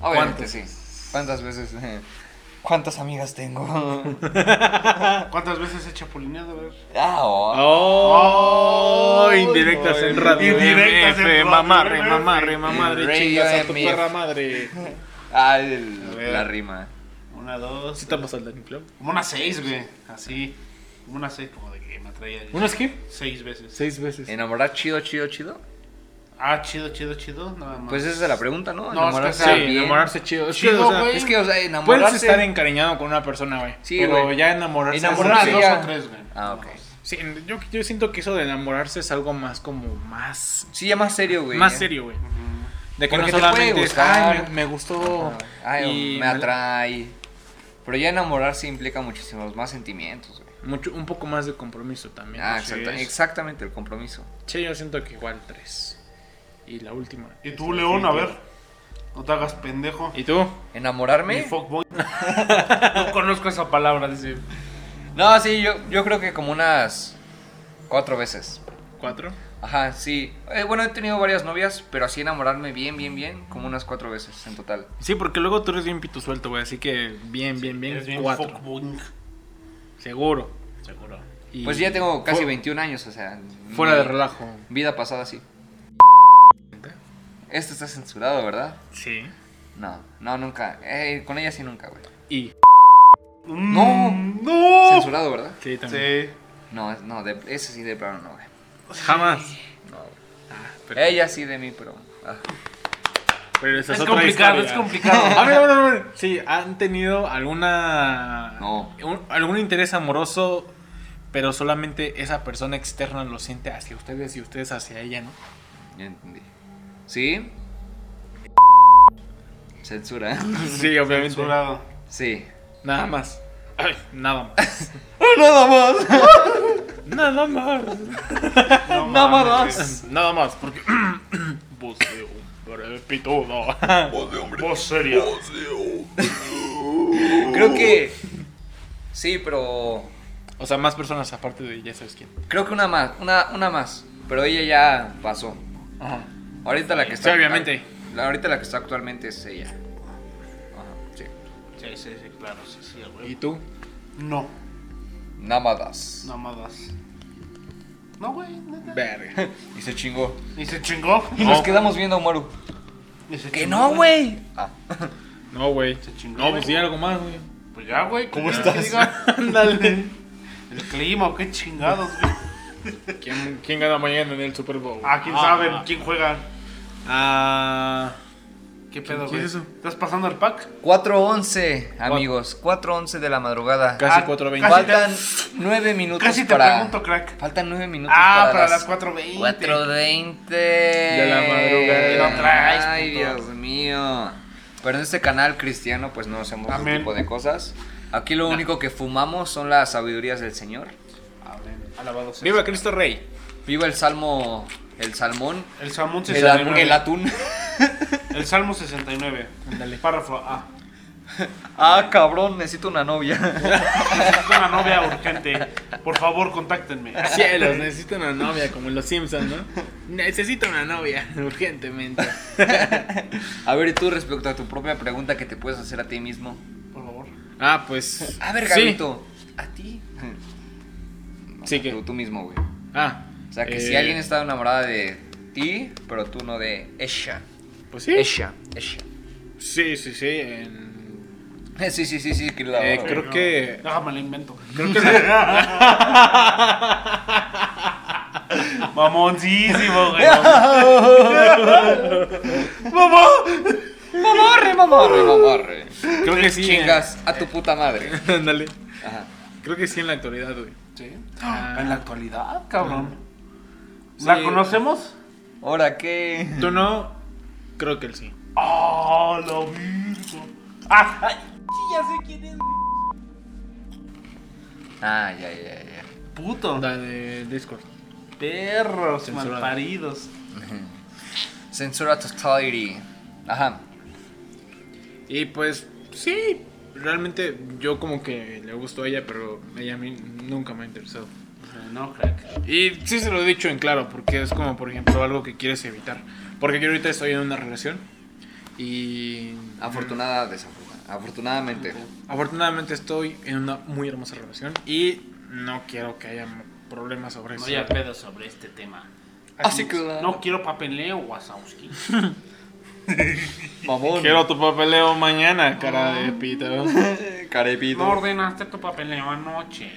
B: Obviamente sí. ¿Cuántas veces? eh? ¿Cuántas amigas tengo?
D: ¿Cuántas veces he chapulineado, a ver?
B: ah, oh.
A: ¡Oh!
D: Ay,
A: indirectas
B: ay,
A: en radio.
D: indirectas en
A: MF,
D: radio,
A: mamarre,
D: MF.
A: mamarre, mamarre,
B: Radio
A: chingas a tu
B: MF.
A: perra madre.
B: Ah,
D: A
B: el-
D: ver.
B: la rima.
D: Una, dos.
A: ¿Sí te ha
D: tres.
A: pasado el Danny Flow?
D: Como una seis, güey, así. Como una seis, como de que me traía.
A: ¿Unas qué?
D: Seis veces.
A: Seis veces.
B: ¿Enamorar chido, chido, chido?
D: Ah, chido, chido, chido, nada más.
B: Pues esa es la pregunta, ¿no?
D: No, es
A: Sí,
D: que sea,
B: bien.
A: enamorarse chido. Es que,
D: Chido,
A: o sea,
D: güey.
B: Es que, o sea,
A: Puedes
B: enamorarse...
A: estar encañado con una persona, güey.
B: Sí,
A: pero
B: güey.
A: ya enamorarse.
B: Enamorarse
D: Enamorarse.
A: es-
D: Dos
B: ya.
D: o tres, güey.
B: Ah, ok.
A: Sí, yo, yo siento que eso de enamorarse es algo más como más.
B: Sí, ya más serio, güey.
A: más
B: ya.
A: serio, güey. De que
B: Porque
A: no
B: te puede
A: solamente es,
B: gustar.
A: "Ay, me, me gustó.
B: Ah, Ay,
A: y
B: me atrae. Pero ya enamorarse implica muchísimos más sentimientos, güey.
A: mucho- un poco más de compromiso también.
B: Ah,
A: así
B: exacta-
A: es.
B: exactamente, el compromiso.
A: Sí, yo siento que igual tres. Y la última.
D: ¿Y tú, León? A ver. No te hagas pendejo.
A: ¿Y tú?
D: Mi
B: ¿Enamorarme?
D: fuckboy. no conozco esa palabra, dice.
B: No, sí, yo, yo creo que como unas cuatro veces.
A: ¿Cuatro?
B: Ajá, sí. Eh, bueno, he tenido varias novias, pero así enamorarme bien, bien, bien, como unas cuatro veces en total.
A: Sí, porque luego tú eres bien pito suelto, güey. Así que bien, bien, bien.
D: Es bien
A: cuatro.
D: fuckboy.
A: Seguro.
D: Seguro.
A: Y-
B: Pues ya tengo casi
A: Fu-
B: 21 años, o sea.
A: Fuera
B: mi
A: de relajo.
B: Vida pasada, sí. Este está censurado, ¿verdad?
A: Sí.
B: No, no, nunca. Eh, con ella sí nunca, güey.
A: Y.
B: No.
D: Mm, No.
B: Censurado, ¿verdad?
A: Sí, también.
D: Sí.
B: No, es- no, de- ese sí de plano no, güey.
A: Jamás.
B: No, güey.
A: Ah, Pero,
B: Ella sí de mí, pero. ah.
A: pero esa
D: Es
A: otra
D: complicado,
A: historia.
D: es complicado.
A: A ver, a ver, a ver. Sí, ¿han tenido alguna.
B: No.
A: un- algún interés amoroso, pero solamente esa persona externa lo siente hacia ustedes y ustedes hacia ella, ¿no?
B: Ya entendí. ¿Sí? Censura.
A: Sí, obviamente.
D: Censurado.
B: Sí.
A: Nada más. Ay, nada más.
B: Nada más.
A: nada más.
D: No
B: Nada
D: mames,
B: más.
A: Nada más, porque. Voz de hombre pitudo.
D: güey. Vos seria.
B: Creo que. Sí, pero.
A: O sea, más personas aparte de ya sabes quién.
B: Creo que una más. Una, una más. Pero ella ya pasó.
A: Ajá.
B: Ahorita la que está.
A: Sí, obviamente.
B: la- ahorita la que está actualmente es ella. Ajá, sí.
D: Sí, sí, sí, claro, sí, sí,
A: ¿Y
D: güey.
A: tú?
D: No,
B: Námadas.
D: nada más. No, güey, neta.
A: Verga.
B: Y se chingó.
D: Y se chingó.
B: Y nos quedamos viendo a Maru.
D: Y se
B: Que
D: chingó,
B: no, güey. Ah.
A: No, güey.
D: Se chingó,
A: No, pues
D: güey.
A: sí, algo más, güey.
D: Pues ya, güey. ¿Cómo
A: estás?
D: Ándale. El clima, o qué chingados, güey.
A: ¿Quién, quién gana mañana en el Super Bowl?
D: Ah, quién sabe, quién juega.
A: Ah.
D: ¿Qué pedo,
A: ¿Quién
D: güey?
A: es eso?
D: ¿Estás pasando el pack?
B: 4.11, amigos. 4.11 de la madrugada.
A: Casi
D: Ah,
A: 4.20.
D: casi
B: Faltan nueve minutos
D: Casi te
B: para...
D: pregunto, crack.
B: Faltan nueve minutos
D: Ah,
B: para,
D: para las 4:20.
B: 4.20.
A: De
B: De
A: la madrugada.
B: Ay,
A: ¿Qué no
D: traes, puto?
B: Dios mío. Pero en este canal cristiano, pues no hacemos ese
D: Amén.
B: tipo de cosas. Aquí lo único que fumamos son las sabidurías del Señor.
D: Amén. Alabado sea.
A: Viva Cristo Rey.
B: Viva el salmo... El salmón.
D: El salmón
B: el, atún-
D: 69.
B: el atún.
D: El salmo 69.
A: Ándale.
D: Párrafo A.
B: ah, cabrón, necesito una novia.
D: Necesito una novia urgente. Por favor, contáctenme.
A: Cielos, necesito una novia, como en los Simpsons, ¿no? Necesito una novia, urgentemente.
B: a ver, ¿y tú respecto a tu propia pregunta que te puedes hacer a ti mismo?
D: Por favor.
A: Ah, pues.
B: A ver,
A: sí.
B: Gabito, ¿a ti? O
A: Sí,
B: sea,
A: ¿qué?
B: Tú, tú mismo, güey.
A: Ah.
B: O sea, que si
A: eh,
B: alguien estaba enamorada de ti, pero tú no de ella.
A: Pues sí.
B: Ella. Ella.
A: Sí, sí, sí. en-
B: Eh, Sí, sí, sí, sí. que la-
A: Eh, creo- que-
D: No, me la invento.
C: Mamoncísimo, güey.
B: Mamarre, mamarre, mamarre.
A: Creo que sí. en-
B: Chingas a tu puta madre.
A: Ándale.
B: Ajá.
A: Creo que sí en la actualidad, güey.
D: Sí.
A: Ah.
D: En la actualidad, cabrón. ¿La
A: Sí.
D: conocemos?
B: Ahora qué.
A: Tú no, creo que él sí.
D: ¡Ah, la virgo! ¡Ah! ay, sí, ya sé quién es.
B: Ah, ya, ya, ya.
D: Puto.
A: La de Discord.
D: Perros
A: Censurado.
D: malparidos.
B: Censura totality. Ajá.
A: Y pues, sí. Realmente yo como que le gustó a ella, pero ella a mí nunca me ha interesado.
D: No, crack.
A: Y sí se lo he dicho en claro, porque es como, por ejemplo, algo que quieres evitar. Porque yo ahorita estoy en una relación y...
B: Afortunada, desafortunada. Afortunadamente.
A: Afortunadamente estoy en una muy hermosa relación y no quiero que haya problemas sobre
D: No
A: eso.
D: haya pedo sobre este tema.
B: Así que.
D: No quiero papeleo, Wazowski.
B: mamón.
A: Quiero tu papeleo mañana, cara de
B: Ah.
A: pita.
B: Carepito.
D: No ordenaste tu papeleo anoche.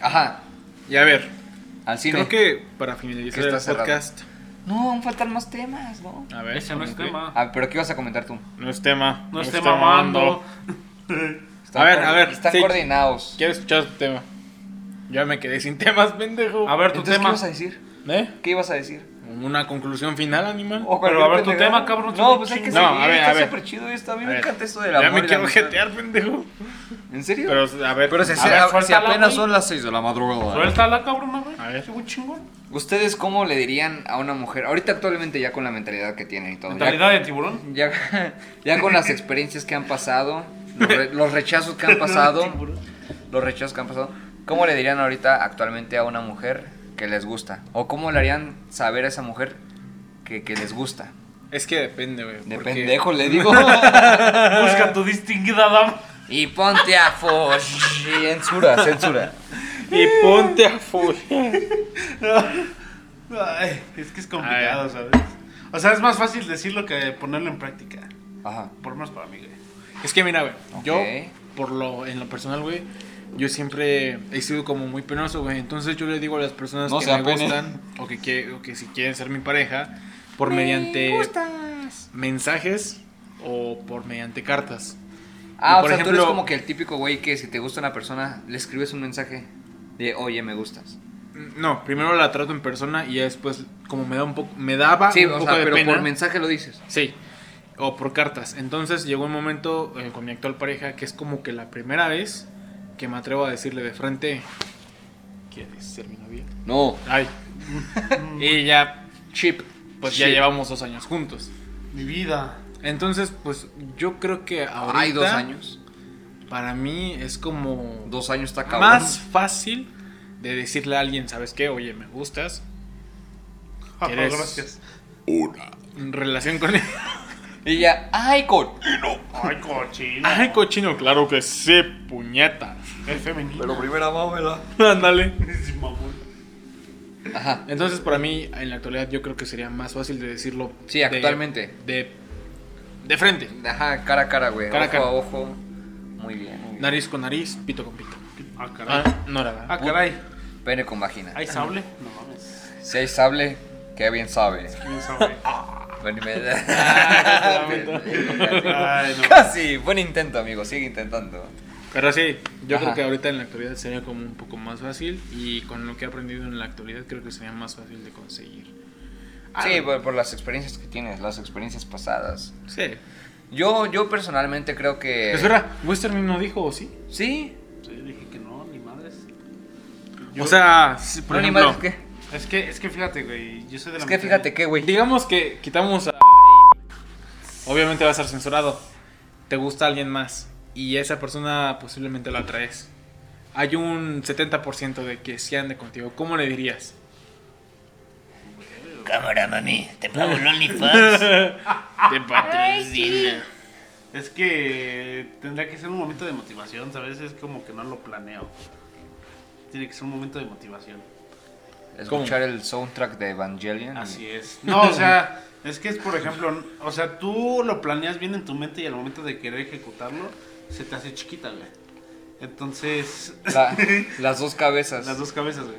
B: Ajá.
A: Y a ver,
B: Al cine.
A: creo que para
B: Que
A: finalizar el
B: está cerrado.
A: podcast...
B: No, aún faltan más temas, ¿no?
A: A ver,
D: Ese no es
A: ¿cómo que?
D: tema.
B: Ah, pero ¿qué ibas a comentar tú?
A: No es tema.
D: No esté
A: es tema,
D: mamando.
A: mando.
B: Están
A: A ver,
B: coor-
A: a ver,
B: Están
A: sí.
B: coordinados.
A: Quiero escuchar tu tema. Ya me quedé sin temas, pendejo.
D: A ver tu
B: Entonces, ¿qué
D: tema.
B: ibas a decir?
A: ¿Eh?
B: ¿Qué ibas a decir?
A: Una conclusión final, animal.
B: O
D: Pero,
B: cualquier
D: a ver, tu
B: pendejada.
D: tema, cabrón,
B: No,
D: tú
B: pues hay que
D: chingas.
B: seguir.
A: No, a ver, a
B: está
A: ver.
B: súper chido esto. A mí
A: A
B: me
A: ver.
B: encanta esto del amor.
A: Ya
B: y
A: me
B: la
A: quiero
B: amistad.
A: jetear, pendejo.
B: ¿En serio?
A: Pero, a ver.
B: Pero se,
A: a
B: se-
A: ver,
B: a- si
D: suéltala,
B: apenas
D: güey.
B: son las 6 de la madrugada.
D: Suéltala, cabrón, a ver.
A: A ver.
D: Ese güey chingón.
B: ¿Ustedes cómo le dirían a una mujer? Ahorita actualmente ya con la mentalidad que tienen y todo. ya-
D: Mentalidad de tiburón.
B: Ya, ya con las experiencias que han pasado, los, re- los rechazos que han pasado, los rechazos que han pasado, ¿cómo le dirían ahorita actualmente a una mujer que les gusta? ¿O cómo le harían saber a esa mujer que, que les gusta?
A: Es que depende, güey.
B: De
A: porque-
B: pendejo le digo.
D: Busca tu distinguida dama.
B: y ponte a fo- Censura, censura.
A: Y ponte a furia.
D: Ay, es que es
A: Ay.
D: complicado, ¿sabes? O sea, es más fácil decirlo que ponerlo en práctica.
B: Ajá.
D: Por lo menos para mí, güey.
A: Es que mira, güey.
B: Ok.
A: Yo, por lo, en lo personal, güey. Yo siempre he sido como muy penoso, güey. Entonces yo le digo a las personas
B: No
A: que
B: sea
A: me
B: pene.
A: gustan o que, quie- o que si quieren ser mi pareja, por mediante mensajes o por mediante cartas.
B: Ah,
A: Y por
B: o sea, tú
A: ejemplo-
B: eres como que el típico güey que si te gusta una persona, le escribes un mensaje de, oye, me gustas.
A: No, primero la trato en persona y ya después, como me da un poco, me daba
B: Sí,
A: Ah, un
B: o
A: poco
B: sea,
A: de
B: pero
A: pena.
B: por mensaje lo dices.
A: Sí, o por cartas. Entonces llegó un momento eh, con mi actual pareja que es como que la primera vez que me atrevo a decirle de frente, ¿quieres ser mi novia?
B: No.
A: Ay. y ya, chip, pues ya
B: Chip.
A: llevamos dos años juntos.
D: Mi vida.
A: Entonces, pues yo creo que ahorita
B: Hay dos años.
A: para mí es como
B: Dos años está cabrón.
A: más fácil de decirle a alguien, ¿sabes qué? Oye, me gustas.
D: Ah,
A: ¿Quieres?
D: Gracias.
A: En relación con él.
B: Y ya, ay, con.
D: Ay, cochino.
A: Ay, cochino, claro que sí, puñeta.
D: Es femenino.
B: primera mámela.
A: Ándale.
D: Es mamón.
B: Ajá.
A: Entonces, para mí, en la actualidad, yo creo que sería más fácil de decirlo.
B: Sí,
A: de-
B: actualmente.
A: De, de frente.
B: Ajá, cara a cara, güey.
A: Cara a
B: ojo
A: cara.
B: a ojo. Muy bien, muy bien.
A: Nariz con nariz, pito con pito.
D: Ah, caray.
A: Ah, no era. ¿verdad?
D: Ah, caray.
B: Pene con vagina.
D: ¿Hay sable? No mames.
B: Si hay sable, que bien sabe.
D: ¿Quién sabe?
B: Bueno, y me- Ah,
D: Ay, no.
B: Casi. Buen intento, amigo. Sigue intentando.
A: Pero sí, yo
B: Ajá.
A: creo que ahorita en la actualidad sería como un poco más fácil. Y con lo que he aprendido en la actualidad, creo que sería más fácil de conseguir.
B: Sí, por, por las experiencias que tienes, las experiencias pasadas.
A: Sí. Pues,
B: Yo, yo personalmente creo que.
A: Espera, Westermin no dijo, ¿o sí?
B: Sí.
D: Sí, dije que no, ni madres.
A: o sea, sí, por
B: No, ni
A: ejemplo,
B: madres, ¿qué?
D: Es que, es que fíjate, güey. Yo soy de la
B: Es que fíjate que, güey.
A: digamos que quitamos a. Obviamente va a ser censurado. Te gusta alguien más. Y esa persona posiblemente la traes. Hay un 70% de que sí ande contigo. ¿Cómo le dirías?
E: Cámara, mami, te pago el OnlyFans.
A: Te patrocina.
D: Es que tendría que ser un momento de motivación, ¿sabes? Es como que no lo planeo. tiene que ser un momento de motivación.
B: Escuchar el soundtrack de Evangelion. y-
D: Así
E: Mm.
D: es. No, o sea, es que es, por ejemplo, o sea, tú lo planeas bien en tu mente y al momento de querer ejecutarlo, se te hace chiquita, güey. Entonces,
B: La- las dos cabezas.
D: las dos cabezas, güey.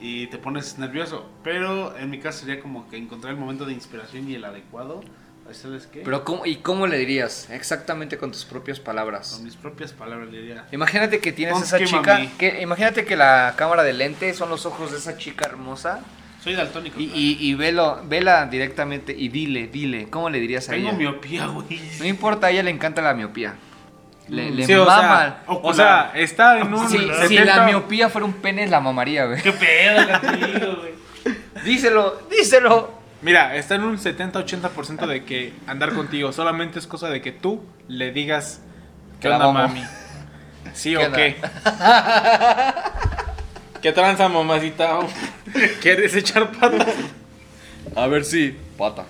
D: Y te pones nervioso. Pero en mi caso sería como que encontrar el momento de inspiración y el adecuado. Ay, ¿Sabes qué?
B: Pero ¿cómo, ¿y cómo le dirías? Exactamente con tus propias palabras.
D: Con mis propias palabras le diría.
B: Imagínate que tienes a
D: Don't
B: esa
D: scare
B: chica,
D: me.
B: que, imagínate que la cámara de lente son los ojos de esa chica hermosa
D: Soy daltónico.
B: y,
D: claro.
B: y, y velo, vela directamente y dile, dile, ¿cómo le dirías a
D: Tengo
B: ella?
D: miopía, güey.
B: No importa, a ella le encanta la miopía. Le, le
A: Sí, o, sea,
B: mama.
A: o sea, está en un.
B: si, si
A: 70
B: la miopía fuera un pene, la mamaría, güey.
C: ¿Qué pedo contigo, güey?
B: Díselo, díselo.
A: Mira, está en un 70-80% de que andar contigo. Solamente es cosa de que tú le digas.
B: Que
A: ¿Qué
B: la
A: onda,
B: mamo.
A: mami? ¿Sí
B: ¿Qué
A: o
B: onda?
A: qué? ¿Qué tranza, mamacita? ¿Quieres echar patas?
B: A ver si. Pata.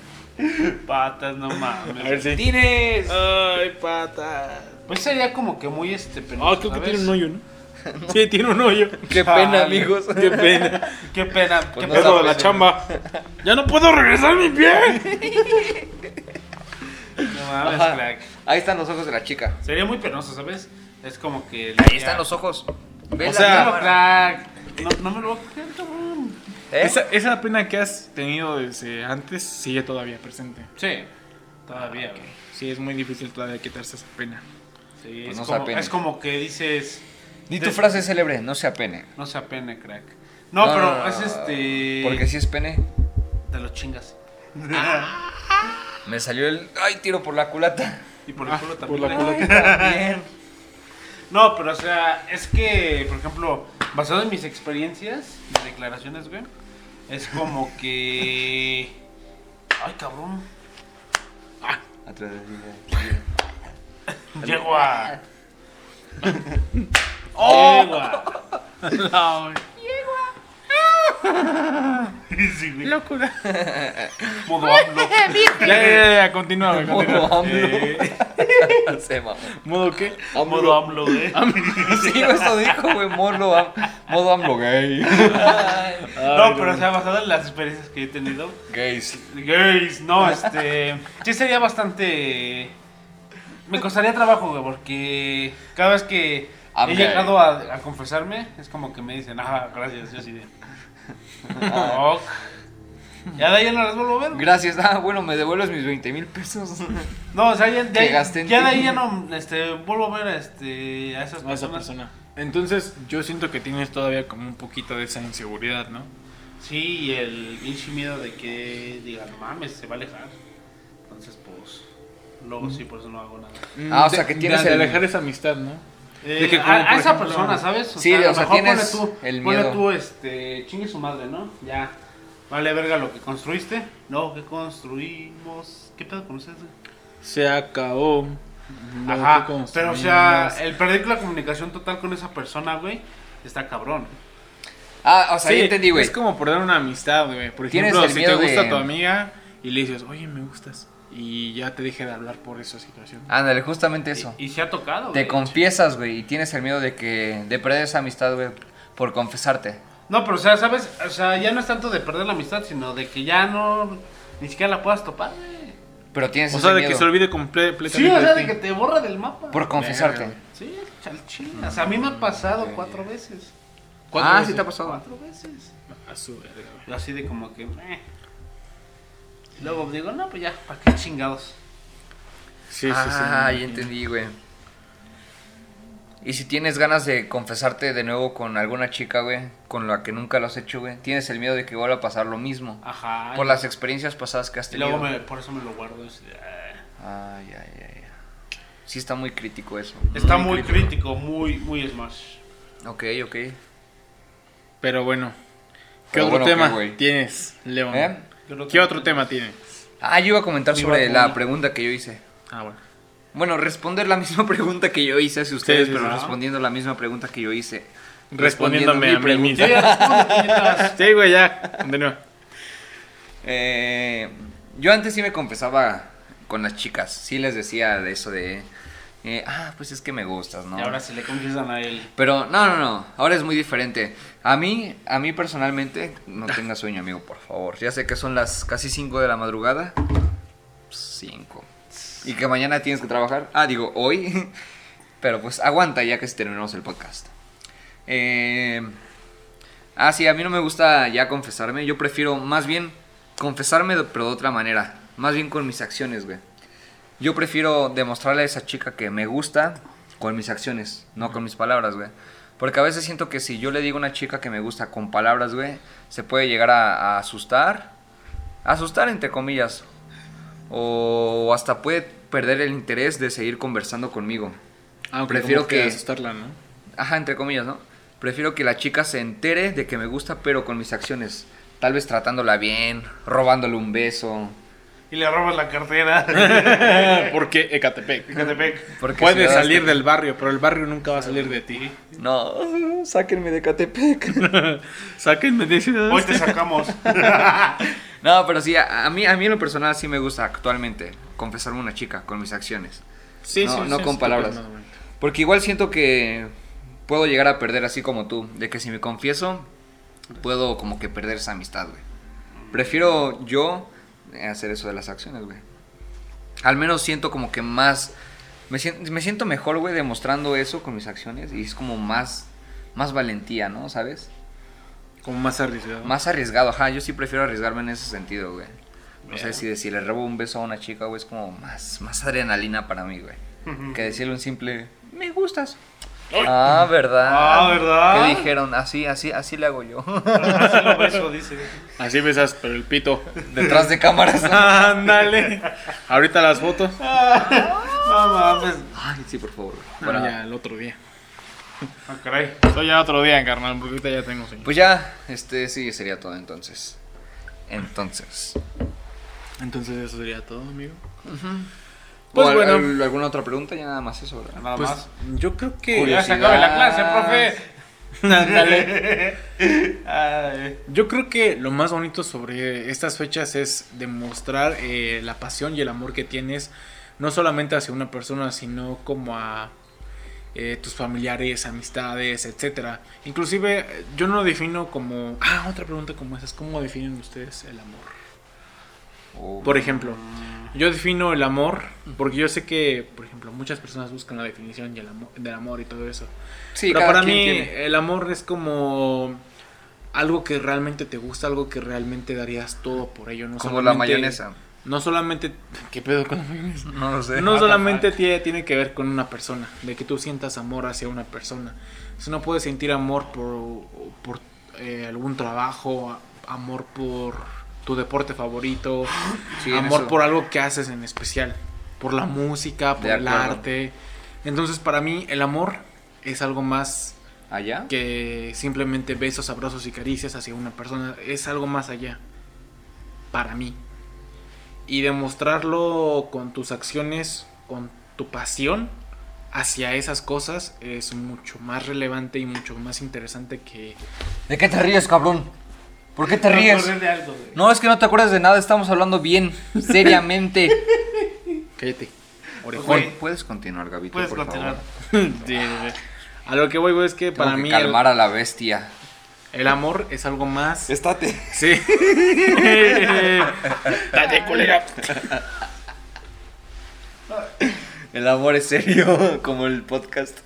D: Patas, no mames.
B: Tienes.
A: Ay, patas.
D: Pues sería como que muy este
A: Ah,
D: penoso,
A: creo que
D: ¿sabes?
A: tiene un hoyo, ¿no? Sí, tiene un hoyo.
B: Qué pena, amigos.
A: Ah, Qué pena.
D: Qué pena.
B: Pues
D: qué
B: no
D: pedo.
A: Eso
B: sabes,
A: de la
B: güey.
A: chamba. Ya no puedo regresar mi pie.
D: No mames,
B: Ajá.
D: crack.
B: Ahí están los ojos de la chica.
D: Sería muy penoso, ¿sabes? Es como que.
B: Ahí están los ojos. Ve
A: O
B: la
A: sea,
B: cámara.
D: crack. No, no me lo voy a creer, cabrón.
B: ¿Eh?
A: Esa, esa pena que has tenido desde antes sigue todavía presente.
D: Sí, todavía, güey.
A: Sí, es muy difícil todavía quitarse esa pena.
D: Sí,
B: Pues
D: es,
B: no se
D: como,
B: apene.
D: es como que dices.
B: Di tu frase célebre, no sea pene.
D: No se apene, crack. No, pero es
B: no,
D: este.
B: Porque Ah. si es pene,
D: Te lo chingas.
B: me salió el. ¡Ay, tiro por la culata!
D: y por el
A: Ah,
D: culo
A: por
D: también.
A: la
D: crack.
A: culata.
B: Bien.
D: No, pero o sea, es que, por ejemplo, basado en mis experiencias, mis declaraciones, güey, es como que. Ay, cabrón. Ah.
B: Atrás de ti,
D: Llego a. ¡Oh! Llego a. Sí, güey.
A: Locura.
D: Modo hablo.
A: Ya, ya, ya, continúa, güey,
B: Modo
A: continúa.
B: AMLO.
A: Eh,
B: güey. Se mamó.
A: ¿Modo qué?
D: Modo AMLO, güey.
B: Sí, güey, eso dijo, güey. Modo, am- modo AMLO gay.
D: No, pero o sea, basado en las experiencias que he tenido,
B: Gays.
D: Gays, no, este. Sí, sería bastante. Me costaría trabajo, güey, porque cada vez que
B: I'm
D: he
B: gay.
D: llegado a, a confesarme, es como que me dicen, ah, gracias, yo sí de. Ok. Ya de ahí ya no las vuelvo a ver.
B: Gracias. Ah, bueno, me devuelves mis 20 mil pesos.
D: No, o sea, ya,
B: Que
D: de,
B: gasté
D: ahí,
B: en
D: ya de
B: ti.
D: ahí ya no este, vuelvo a ver este, a esas
A: A esa
D: personas.
A: persona. Entonces, yo siento que tienes todavía como un poquito de esa inseguridad, ¿no?
D: Sí, y el pinche miedo de que digan, no mames, se va a alejar. Entonces, pues. Luego sí, por eso no hago nada.
B: Ah, o sea, que
A: De-
B: tienes
A: De
B: el-
A: alejar esa amistad, ¿no?
D: Eh,
A: De que como,
D: a,
A: por
D: a esa
A: ejemplo,
D: persona, ¿sabes?
B: sí,
D: a lo
B: o sea,
D: mejor
B: tienes
D: ponle tú,
B: el
D: ponle
B: miedo.
D: tú, este, chingue su madre, ¿no? Ya, vale verga lo que construiste. No, que construimos? ¿Qué pedo con ustedes? güey?
A: Se acabó. Lo
D: Ajá,
A: que construimos.
D: pero o sea, eh, el perder la comunicación total con esa persona, güey, está cabrón.
B: Ah, o sea,
A: Sí,
B: ya entendí, güey.
A: Es como perder una amistad, güey. Por
B: Tienes
A: ejemplo,
B: el
A: si te
B: miedo de-
A: gusta tu amiga y le dices, oye, me gustas. Y ya te deje de hablar por esa situación.
B: Ándale, justamente eso.
D: Y, y se ha tocado,
B: Te
D: güey.
B: confiesas, güey, y tienes el miedo de que de perder esa amistad, güey, por confesarte.
D: No, pero o sea, ¿sabes? O sea, ya no es tanto de perder la amistad, sino de que ya no, ni siquiera la puedas topar, güey.
B: Pero tienes
A: O
B: ese
A: sea, de
B: miedo
A: que se olvide comple- completamente.
D: Sí, o sea, de
A: ti.
D: que te borra del mapa.
B: por confesarte.
A: Verga,
D: Sí, chalchín. O sea, a mí me ha pasado cuatro veces.
A: Cuatro
B: ah,
A: veces.
B: sí te ha pasado.
D: Cuatro veces.
A: A su verga, güey.
D: Yo así de como que. "Meh". Luego digo, no, pues ya, ¿para qué chingados?
A: Sí, sí, sí.
B: ah,
A: me
B: ya
A: imagino.
B: entendí, güey. Y si tienes ganas de confesarte de nuevo con alguna chica, güey, con la que nunca lo has hecho, güey, tienes el miedo de que vuelva a pasar lo mismo.
D: Ajá.
B: por
D: y-
B: las experiencias pasadas que has
D: y
B: tenido.
D: luego me- por eso me lo guardo. así de, "Ah".
B: Ay, ay, ay. ay. Sí está muy crítico eso.
D: Está muy crítico, muy, muy smash.
B: Ok, ok.
A: Pero bueno. ¿Qué
B: Pero
A: otro
B: bueno, ¿qué,
A: tema
B: güey?
A: tienes, León?
B: ¿Eh?
A: ¿Qué otro tema tienes?
B: Ah, yo iba a comentar
D: Mi
B: sobre
D: Bad
B: la
D: Bunny.
B: pregunta que yo hice.
A: Ah, bueno.
B: Bueno, responder la misma pregunta que yo hice hace ustedes,
A: sí,
B: pero
A: sí.
B: respondiendo la misma pregunta que yo hice.
A: Respondiéndome a
B: mi
A: mí
B: pregunta.
A: mismo.
D: Yo ya respondo, puñetas.
A: Sí, güey, ya. Continúa.
B: Eh, yo antes sí me confesaba con las chicas. Sí les decía de eso de. eh, ah, pues es que me gustas, ¿no?
D: Y ahora se le confiesan a él.
B: Pero no, no, no, ahora es muy diferente. A mí, a mí personalmente, no tenga sueño, amigo, por favor. Ya sé que son las casi 5 de la madrugada. 5. Y que mañana tienes que trabajar. Ah, digo, hoy. Pero pues aguanta ya que terminamos el podcast. Eh, ah, sí, a mí no me gusta ya confesarme. Yo prefiero más bien confesarme, de- pero de otra manera. Más bien con mis acciones, güey. Yo prefiero demostrarle a esa chica que me gusta con mis acciones, no con mis palabras, güey. Porque a veces siento que si yo le digo a una chica que me gusta con palabras, güey, se puede llegar a, a asustar. Asustar entre comillas. O hasta puede perder el interés de seguir conversando conmigo.
A: Ah,
B: Prefiero
A: prefiero que,
B: que-
A: asustarla, ¿no?
B: Ajá, entre comillas, ¿no? Prefiero que la chica se entere de que me gusta, pero con mis acciones. Tal vez tratándola bien, robándole un beso.
D: Y le robas la cartera.
A: Porque Ecatepec.
D: Ecatepec.
B: Porque este-
A: Puede
B: Ciudad
A: salir
B: Azteca-
A: del barrio, pero el barrio nunca va a salir de ti.
B: No, sáquenme de Catepec.
A: Sáquenme de Ciudad
D: Hoy te
A: Azteca.
D: sacamos.
B: No, pero sí, a, a mí, a mí en lo personal sí me gusta actualmente confesarme a una chica con mis acciones.
A: Sí,
B: No,
A: sí,
B: no
A: sí,
B: con
A: sí,
B: palabras.
A: más bonito.
B: Porque igual siento que puedo llegar a perder así como tú, de que si me confieso, puedo como que perder esa amistad, güey. Prefiero yo eh, hacer eso de las acciones, güey. Al menos siento como que más... Me siento, me siento mejor, güey, demostrando eso con mis acciones y es como más, más valentía, ¿no? ¿Sabes?
A: Como más arriesgado.
B: Más arriesgado, ajá, yo sí prefiero arriesgarme en ese sentido, güey. No sé si, si le robo un beso a una chica, güey, es como más, más adrenalina para mí, güey. Que decirle un simple, me gustas. Ah, ¿verdad?
D: Ah, ¿verdad?
B: Que dijeron, así, así, así le hago yo.
D: Así lo beso, dice.
A: Así besas, pero el pito.
B: Detrás de cámaras.
A: Ah. Ándale. Ahorita las fotos.
D: No mames.
B: Ay, sí, por favor. güey.
A: Bueno,
B: Bueno,
A: Ah, ya el otro día.
D: Ah, caray.
A: Eso ya otro día, carnal, porque ahorita ya tengo sueño.
B: Pues ya, este sí sería todo entonces. Entonces.
A: Entonces eso sería todo, amigo.
B: Pues
A: Pues
B: bueno.
A: bueno.
B: ¿Alguna otra pregunta? Ya nada más eso, ¿verdad?
D: Nada
A: Pues
D: más.
A: yo creo que...
D: Ya se acaba la clase, profe.
A: Ándale.
D: Ay.
A: Yo creo que lo más bonito sobre estas fechas es demostrar eh, la pasión y el amor que tienes, no solamente hacia una persona, sino como a eh, tus familiares, amistades, etcétera. Inclusive eh, yo no lo defino como... Ah, otra pregunta como esa es, ¿cómo definen ustedes el amor?
B: Oh,
A: Por ejemplo, yo defino el amor porque yo sé que, por ejemplo, muchas personas buscan la definición y el amo- del amor y todo eso.
B: sí,
A: Pero
B: cada
A: para mí
B: quien tiene.
A: el amor es como algo que realmente te gusta, algo que realmente darías todo por ello. No
B: como la
A: solamente-
B: mayonesa.
A: No solamente... ¿Qué pedo con la mayonesa?
B: No lo sé. Ah,
A: No solamente tie- tiene que ver con una persona, de que tú sientas amor hacia una persona. Si no puedes sentir amor por, por eh, algún trabajo, a- amor por tu deporte favorito,
B: Sí, en
A: amor
B: eso.
A: por algo que haces en especial, por la música, por
B: De
A: el
B: acuerdo.
A: arte. Entonces para mí el amor es algo más
B: ¿Allá?
A: que simplemente besos, abrazos y caricias hacia una persona. Es algo más allá. Para mí. Y demostrarlo con tus acciones, con tu pasión hacia esas cosas es mucho más relevante y mucho más interesante que...
B: ¿De qué te ríes, cabrón? ¿Por qué te ríes?
D: Acordé de algo, güey.
B: No, es que no te acuerdas de nada, estamos hablando bien, seriamente.
A: Cállate. Orejón.
B: Juan, ¿puedes continuar, Gabito,
D: Puedes
B: por
D: continuar.
B: favor?
A: Sí, sí, sí. A lo que voy, güey, es que
B: Tengo
A: para
B: que
A: mí el,
B: calmar a la bestia.
A: el amor es algo más...
B: Estate.
A: Sí. Date, culera.
B: El amor es serio, como el podcast.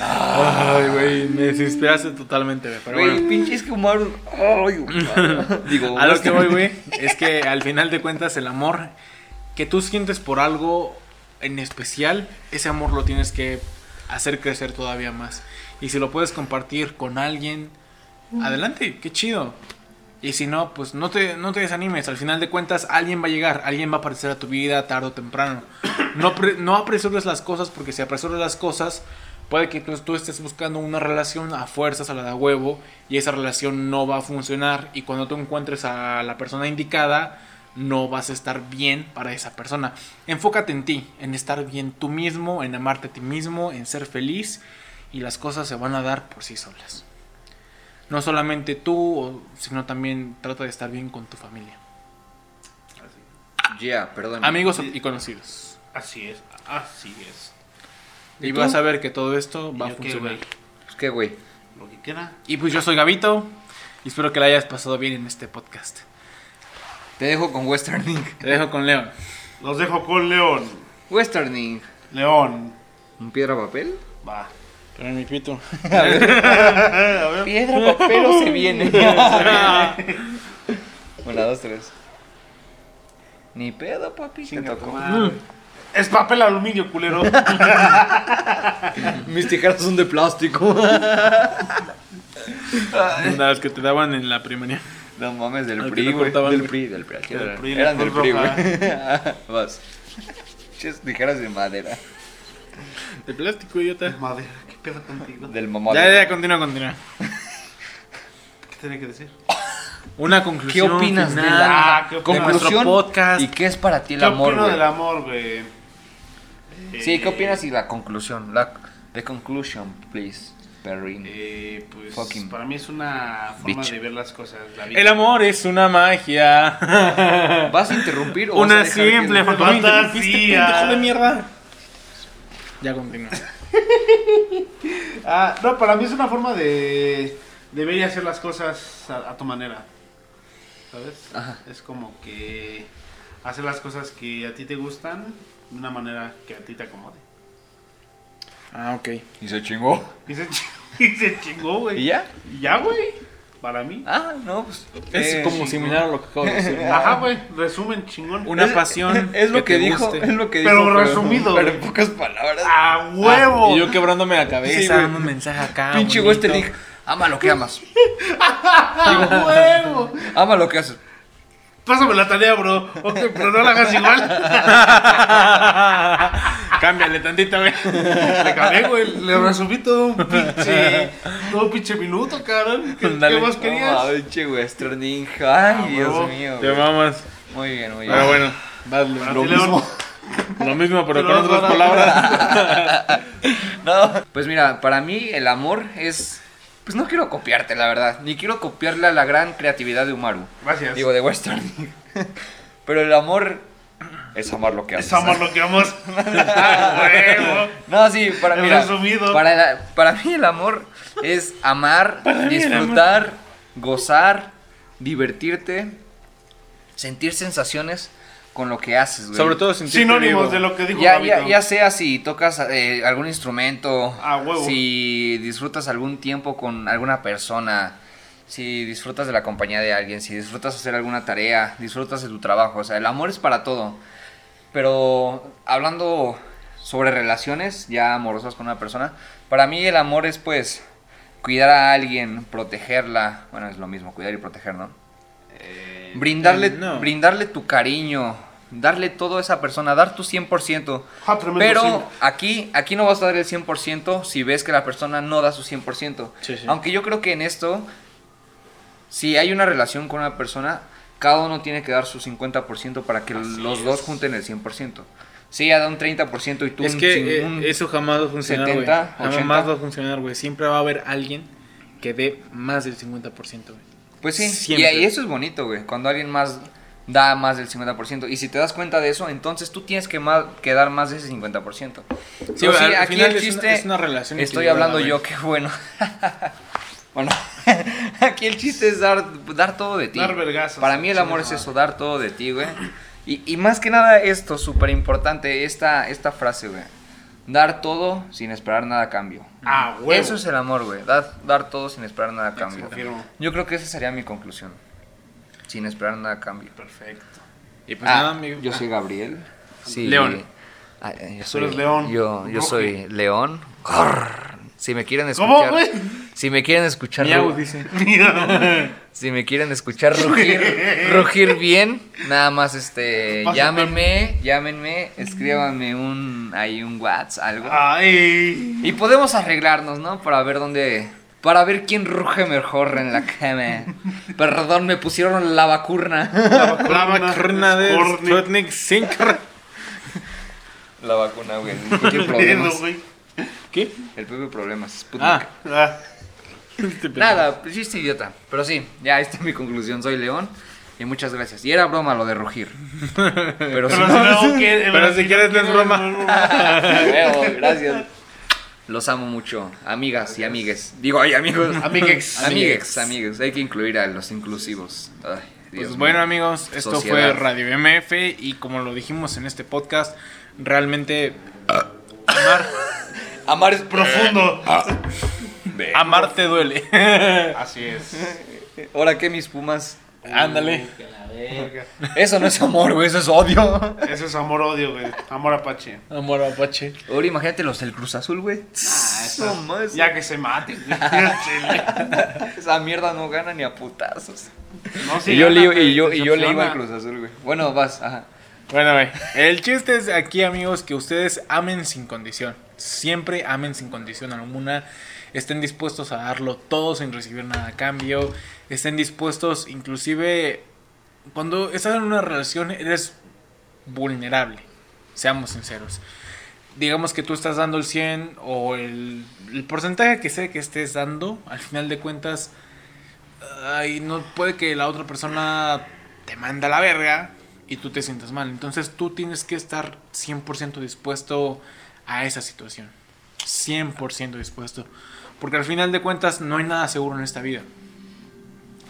A: Ay, güey, me desesperaste totalmente, güey. Pero
B: Güey,
A: bueno.
B: pinche es que Omar- Ay, güey. Digo,
A: A lo que voy, güey, es que al final de cuentas el amor que tú sientes por algo en especial, ese amor lo tienes que hacer crecer todavía más. Y si lo puedes compartir con alguien, adelante, qué chido. Y si no, pues no te, no te desanimes. Al final de cuentas, alguien va a llegar, alguien va a aparecer a tu vida tarde o temprano. No, pre- no apresures las cosas porque si apresuras las cosas, puede que tú, tú estés buscando una relación a fuerzas, a la de a huevo, y esa relación no va a funcionar. Y cuando tú encuentres a la persona indicada, no vas a estar bien para esa persona. Enfócate en ti, en estar bien tú mismo, en amarte a ti mismo, en ser feliz, y las cosas se van a dar por sí solas no solamente tú, o- sino también trata de estar bien con tu familia.
B: Ya, perdón.
A: Amigos y conocidos.
D: Así es, así es.
A: Y,
B: ¿Y tú?
A: vas a ver que todo esto va a
D: Yo quiero
A: funcionar.
D: ver
B: Pues qué, güey.
D: Lo que quiera.
A: Y pues yo soy Gabito y espero que la hayas pasado bien en este podcast.
B: Te dejo con Westerning.
A: Te dejo con León.
D: Los dejo con León.
B: Westerning.
D: León.
B: ¿Un piedra papel?
D: Va.
A: Pero mi pito.
B: Piedra papel o se viene. Una, dos, tres. Ni pedo, papi. Te
D: Chinga tu
B: tocó. Mm.
D: madre. Es papel aluminio, culero.
B: Mis tijeras son de plástico.
A: Las que te daban en la primaria.
B: No mames, del
A: Al que
B: PRI,
A: le
B: güey.
A: cortaban,
B: Del
A: güey.
B: PRI, del PRI. aquí
D: Del
B: eran-
D: PRI, la
B: Eran del
D: Cruz
B: PRI, güey.
D: Roja.
B: Vas. Ches tijeras de madera.
A: De plástico, idiota.
D: Madre, ¿qué pedo contigo?
B: Del
A: Ya, ya,
B: mamadero.
A: continúa, continúa.
D: ¿Qué tenía que decir?
A: Una conclusión.
B: ¿Qué opinas de
A: final,
B: la-
D: ah, qué
A: con
D: opinas?
A: nuestro
B: Conclusión,
A: podcast?
B: ¿Y qué es para ti el
D: ¿Qué
B: amor,
D: opino
B: güey?
D: del amor, güey?
B: Sí, ¿qué
D: Eh,
B: opinas y la conclusión? La, the conclusion, please, Perrin.
D: Eh, pues
B: Fucking
D: para mí es una forma
B: bitch.
D: de ver las cosas. La vida.
A: El amor es una magia.
B: ¿Vas a interrumpir o
A: una
B: vas a dejar que-
A: simple fantasía.
D: Fantasía.
A: pendejo de mierda. Ya continúa.
D: Ah, no, para mí es una forma de, de ver y hacer las cosas a, a tu manera. ¿Sabes?
B: Ajá.
D: Es como que hacer las cosas que a ti te gustan de una manera que a ti te acomode.
A: Ah, ok.
B: ¿Y se chingó?
D: Y se, ch- y se chingó, güey.
B: ¿Y ya?
D: Y ya, güey. Para mí.
B: Ah, no, pues.
A: Es
B: eh,
A: como
B: chingó.
A: similar a lo que acabo de decir. ¿no?
D: Ajá, güey. Resumen chingón.
A: Una
B: Es-
A: pasión.
B: Es lo que,
A: te
B: dijo.
A: guste.
B: Es lo que
D: Pero
B: dijo.
D: resumido,
B: Pero
D: güey.
B: en pocas palabras.
D: ¡A huevo!
A: Ah,
B: Ah,
A: Y yo quebrándome la cabeza,
B: Sí, güey.
A: dando un mensaje acá. Ah,
B: Pinche este
A: bonito.
B: Westerling. Ama lo que amas.
D: ¡A huevo!
B: Ama lo que haces.
D: Pásame la tarea, bro. Ok, pero no la hagas igual.
A: Cámbiale tantito, güey.
D: Le cambié, güey. Le resumí todo un pinche. Todo un pinche minuto, cabrón. ¿Qué,
A: Ándale.
D: qué más
B: No,
D: querías?
B: pinche Westerling. Ay,
D: huevo.
B: Dios mío.
A: Te
B: güey.
A: mamas.
B: Muy bien, muy bien.
A: Pero bueno, vas,
D: Para
A: lo,
D: ti, León.
A: mismo. Lo mismo, pero
D: Pero
A: con
D: vas,
A: otras
D: vas.
A: palabras.
B: No. Pues mira, para mí el amor es. Pues no quiero copiarte, la verdad. Ni quiero copiarle a la gran creatividad de Umaru.
D: Gracias.
B: Digo, de Western. Pero el amor es amar lo que haces.
D: es amor lo que amas. ¡A huevo!
B: No, sí, para
D: Es
B: mira,
D: resumido.
B: Para, la- para mí el amor es amar,
A: mí el amor.
B: disfrutar, gozar, divertirte, sentir sensaciones con lo que haces, güey.
A: Sobre todo sin
D: Sinónimos de lo que dijo
B: Ya,
D: Gabito.
B: ya, ya sea si tocas eh, algún instrumento,
D: Ah, huevo.
B: si disfrutas algún tiempo con alguna persona, si disfrutas de la compañía de alguien, si disfrutas hacer alguna tarea, disfrutas de tu trabajo, o sea, el amor es para todo. Pero hablando sobre relaciones ya amorosas con una persona, para mí el amor es pues cuidar a alguien, protegerla, bueno, es lo mismo, cuidar y proteger, ¿no? Brindarle,
A: eh, no.
B: brindarle tu cariño, darle todo a esa persona, dar tu 100%.
D: Ah, tremendo, sí.
B: Pero aquí, aquí no vas a dar el 100% si ves que la persona no da su 100%.
A: Sí, sí.
B: Aunque yo creo que en esto, si hay una relación con una persona, cada uno tiene que dar su 50% para que los dos junten el 100%. Si ella da un 30% y tú
A: Es
B: un
A: que
B: cin-
A: eh,
B: un-
A: eso jamás va a funcionar, güey.
B: 70,
A: Jamás
B: 80.
A: va a funcionar, güey. Siempre va a haber alguien que dé más del 50%, güey.
B: Pues sí,
A: Siempre.
B: y, y eso es bonito, güey. Cuando alguien más da más del 50%. Y si te das cuenta de eso, entonces tú tienes que, más, que dar más de ese 50%. Pero Sí,
A: güey, al
B: aquí
A: final
B: el
A: es una-
B: chiste.
A: es una relación
B: Estoy
A: equilibrada,
B: hablando
A: güey.
B: yo, qué bueno. bueno, aquí el chiste es dar, dar todo de ti.
D: Dar vergazos.
B: Para mí el amor es
D: Chingada.
B: eso, dar todo de ti, güey. Y, y más que nada esto, súper importante, esta, esta frase, güey. Dar todo sin esperar nada a cambio.
D: ¡A Ah, huevo!
B: Eso es el amor, güey. Dar, dar todo sin esperar nada a cambio.
D: confirmo.
B: Yo creo que esa sería mi conclusión. Sin esperar nada a cambio.
D: Perfecto.
A: Y pues
B: Ah,
A: nada, amigo.
B: Yo soy Gabriel. Sí.
A: León.
B: Ah, eh, yo
D: Tú
B: soy
D: eres León.
B: Yo, yo
D: Ruge.
B: soy León. Grrr. Si me quieren
D: ¿Cómo,
B: escuchar.
D: güey?
B: si me quieren escuchar.
A: Miau,
B: ru-
A: dice.
B: Si me quieren escuchar rugir, rugir bien, nada más este
D: Pásate.
B: llámenme, llámenme, escríbanme un ahí un WhatsApp algo.
D: ¡Ay!
B: Y podemos arreglarnos, ¿no? Para ver dónde. Para ver quién ruge mejor en la cama. Perdón, me pusieron la vacuna.
A: La vacuna de
D: Corne.
A: Sputnik 5.
B: La vacuna, güey.
D: Qué
B: El
D: pedo,
B: problemas.
D: güey.
A: ¿Qué?
B: El propio problema es Sputnik.
A: Ah,
D: Ah,
A: este pendejo.
B: Nada, pues sí, idiota. Pero sí, ya esta es mi conclusión. Soy León. Y muchas gracias. Y era broma lo de rugir. Pero sí.
C: Pero si no, ¿qué?
A: Pero si quieres, no es broma.
B: Huevo, gracias. Los amo mucho, amigas y amigues. Digo, ay, amigos.
D: Amigues.
B: Amigues, amigues. Hay que incluir a los inclusivos. Ay, Dios
A: Pues
B: mío.
A: bueno amigos, esto fue
B: Sociedad.
A: Radio MF y como lo dijimos en este podcast, realmente amar,
B: Amar es profundo.
A: Ah. amar te duele.
D: Así es.
B: Ahora que mis pumas. Mm.
A: Ándale.
C: Que la verga.
B: Eso no es amor, güey, eso es odio.
D: Eso es amor-odio, güey. Amor apache.
A: Amor apache.
B: Ahora imagínate los del Cruz Azul, güey. No mames.
D: Ya que se maten. güey. Chile.
B: Esa mierda no gana ni a putazos.
D: No, sí,
B: y yo,
D: gana,
B: le,
D: te
B: y yo, y yo le iba al
D: decepciona.
B: Cruz Azul, güey. Bueno, vas, ajá.
A: Bueno, güey, el chiste es aquí, amigos, que ustedes amen sin condición. Siempre amen sin condición alguna. Estén dispuestos a darlo todo sin recibir nada a cambio. Estén dispuestos, inclusive, cuando estás en una relación, eres vulnerable. Seamos sinceros. Digamos que tú estás dando el 100 o el, el porcentaje que sé que estés dando, al final de cuentas, ay, no puede que la otra persona te manda a la verga y tú te sientas mal. Entonces tú tienes que estar 100% dispuesto a esa situación. 100% dispuesto. Porque al final de cuentas no hay nada seguro en esta vida.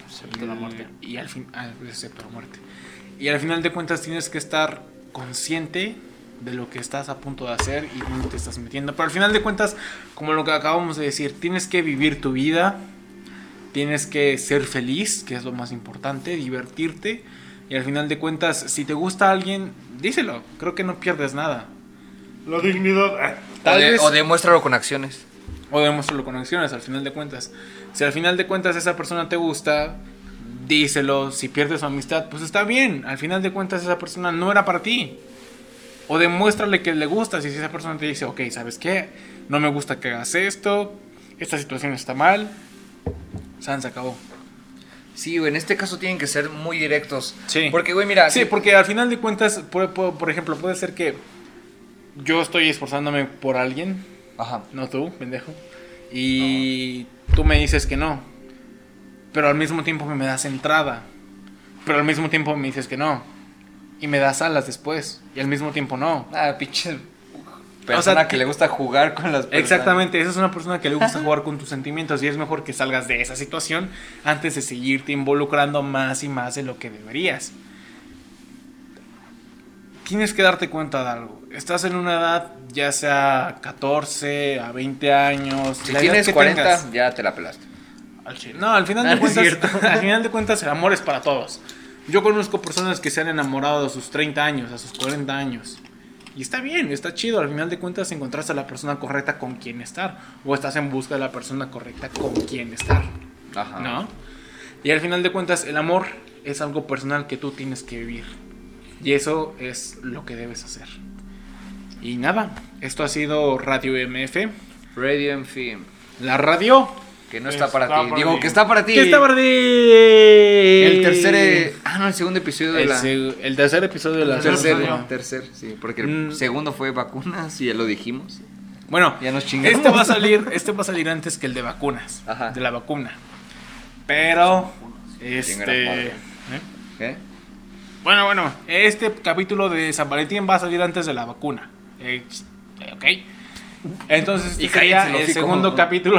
D: Excepto la muerte.
A: Y al fin, ah, excepto la muerte. Y al final de cuentas tienes que estar consciente de lo que estás a punto de hacer y dónde te estás metiendo. Pero al final de cuentas, como lo que acabamos de decir, tienes que vivir tu vida, tienes que ser feliz, que es lo más importante, divertirte. Y al final de cuentas, si te gusta alguien, díselo. Creo que no pierdes nada.
D: La dignidad. Ah.
A: Tal
B: o, de-
A: vez-
B: o demuéstralo con acciones.
A: O demuéstralo con acciones, al final de cuentas. Si al final de cuentas esa persona te gusta, díselo. Si pierdes su amistad, pues está bien. Al final de cuentas esa persona no era para ti. O demuéstrale que le gustas. Y si esa persona te dice, ok, ¿sabes qué? No me gusta que hagas esto. Esta situación está mal. San se acabó.
B: Sí, güey, en este caso tienen que ser muy directos.
A: Sí.
B: Porque, güey, mira.
A: Sí, porque al final de cuentas, por, por- por ejemplo, puede ser que yo estoy esforzándome por alguien,
B: Ajá.
A: No tú, pendejo. Y tú me dices que no. Pero al mismo tiempo me das entrada. Pero al mismo tiempo me dices que no. Y me das alas después. Y al mismo tiempo no.
B: Ah, pinche persona que
A: que-
B: le gusta jugar con las personas.
A: Exactamente, esa es una persona que le gusta jugar con tus sentimientos y es mejor que salgas de esa situación antes de seguirte involucrando más y más de lo que deberías. Tienes que darte cuenta de algo. Estás en una edad, ya sea 14 a 20 años.
B: Si
A: la edad
B: tienes
A: que
B: 40,
A: tengas.
B: ya te la pelaste.
D: Al chile.
A: No, al final,
B: Ah,
A: de
B: no
A: cuentas,
B: es cierto.
A: al final de cuentas, el amor es para todos. Yo conozco personas que se han enamorado a sus 30 años, a sus 40 años. Y está bien, está chido. Al final de cuentas, encontraste a la persona correcta con quien estar. O estás en busca de la persona correcta con quien estar.
B: Ajá.
A: ¿No? Y al final de cuentas, el amor es algo personal que tú tienes que vivir. Y eso es lo que debes hacer. Y nada, esto ha sido Radio MF.
B: Radio en fin.
A: La radio.
B: Que no está
D: Está
B: para ti.
D: para
B: Digo,
D: mí.
B: que está para ti.
A: ¿Qué está para ti?
B: El tercer. eh, Ah, no, el segundo episodio de
A: El,
B: la.
A: seg- el tercer episodio de la
B: Tercer,
A: tercera.
B: ¿no? tercer, sí, porque el
A: Mm.
B: segundo fue vacunas y ya lo dijimos.
A: Bueno,
B: Ya nos chingamos.
A: este va a salir, este va a salir antes que el de vacunas,
B: Ajá.
A: de la vacuna. Pero
B: Chinga la madre.
A: este ¿eh?
B: ¿Eh?
A: Bueno, bueno, este capítulo de San Valentín va a salir antes de la vacuna. Eh, eh, ok. Entonces, este
B: Y
A: sería
B: cállense,
A: el
B: hocico.
A: segundo capítulo.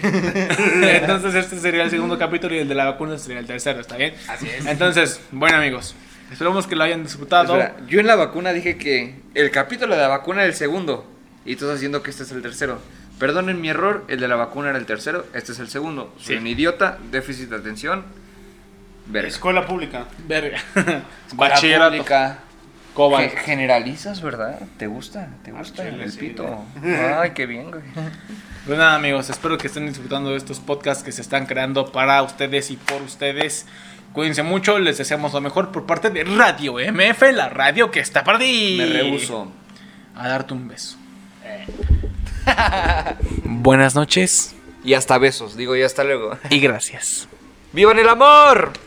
A: Entonces, este sería el segundo capítulo y el de la vacuna sería el tercero, ¿está bien? Así es. Entonces, bueno, amigos, esperamos que lo hayan disfrutado.
B: Espera, yo en la vacuna dije que el capítulo de la vacuna era el segundo y tú estás diciendo que este es el tercero. Perdonen mi error, el de la vacuna era el tercero, este es el segundo. Soy
A: Sí.
B: un idiota, déficit de atención. Verga.
D: Escuela pública.
A: Verga.
B: Escuela
A: Bachillerato.
B: pública.
A: Cobal.
B: Ge- generalizas, ¿verdad? ¿Te gusta? ¿Te gusta
D: Ah, chile,
B: el
D: sí,
B: pito? Ay, qué bien, güey.
A: Pues nada amigos, espero que estén disfrutando de estos podcasts que se están creando para ustedes y por ustedes. Cuídense mucho, les deseamos lo mejor por parte de Radio MF, la radio que está para ti.
B: Me rehuso. Eh.
A: A darte un beso. Buenas noches
B: Y hasta besos, digo, y hasta luego.
A: y gracias.
B: ¡Vivan el amor!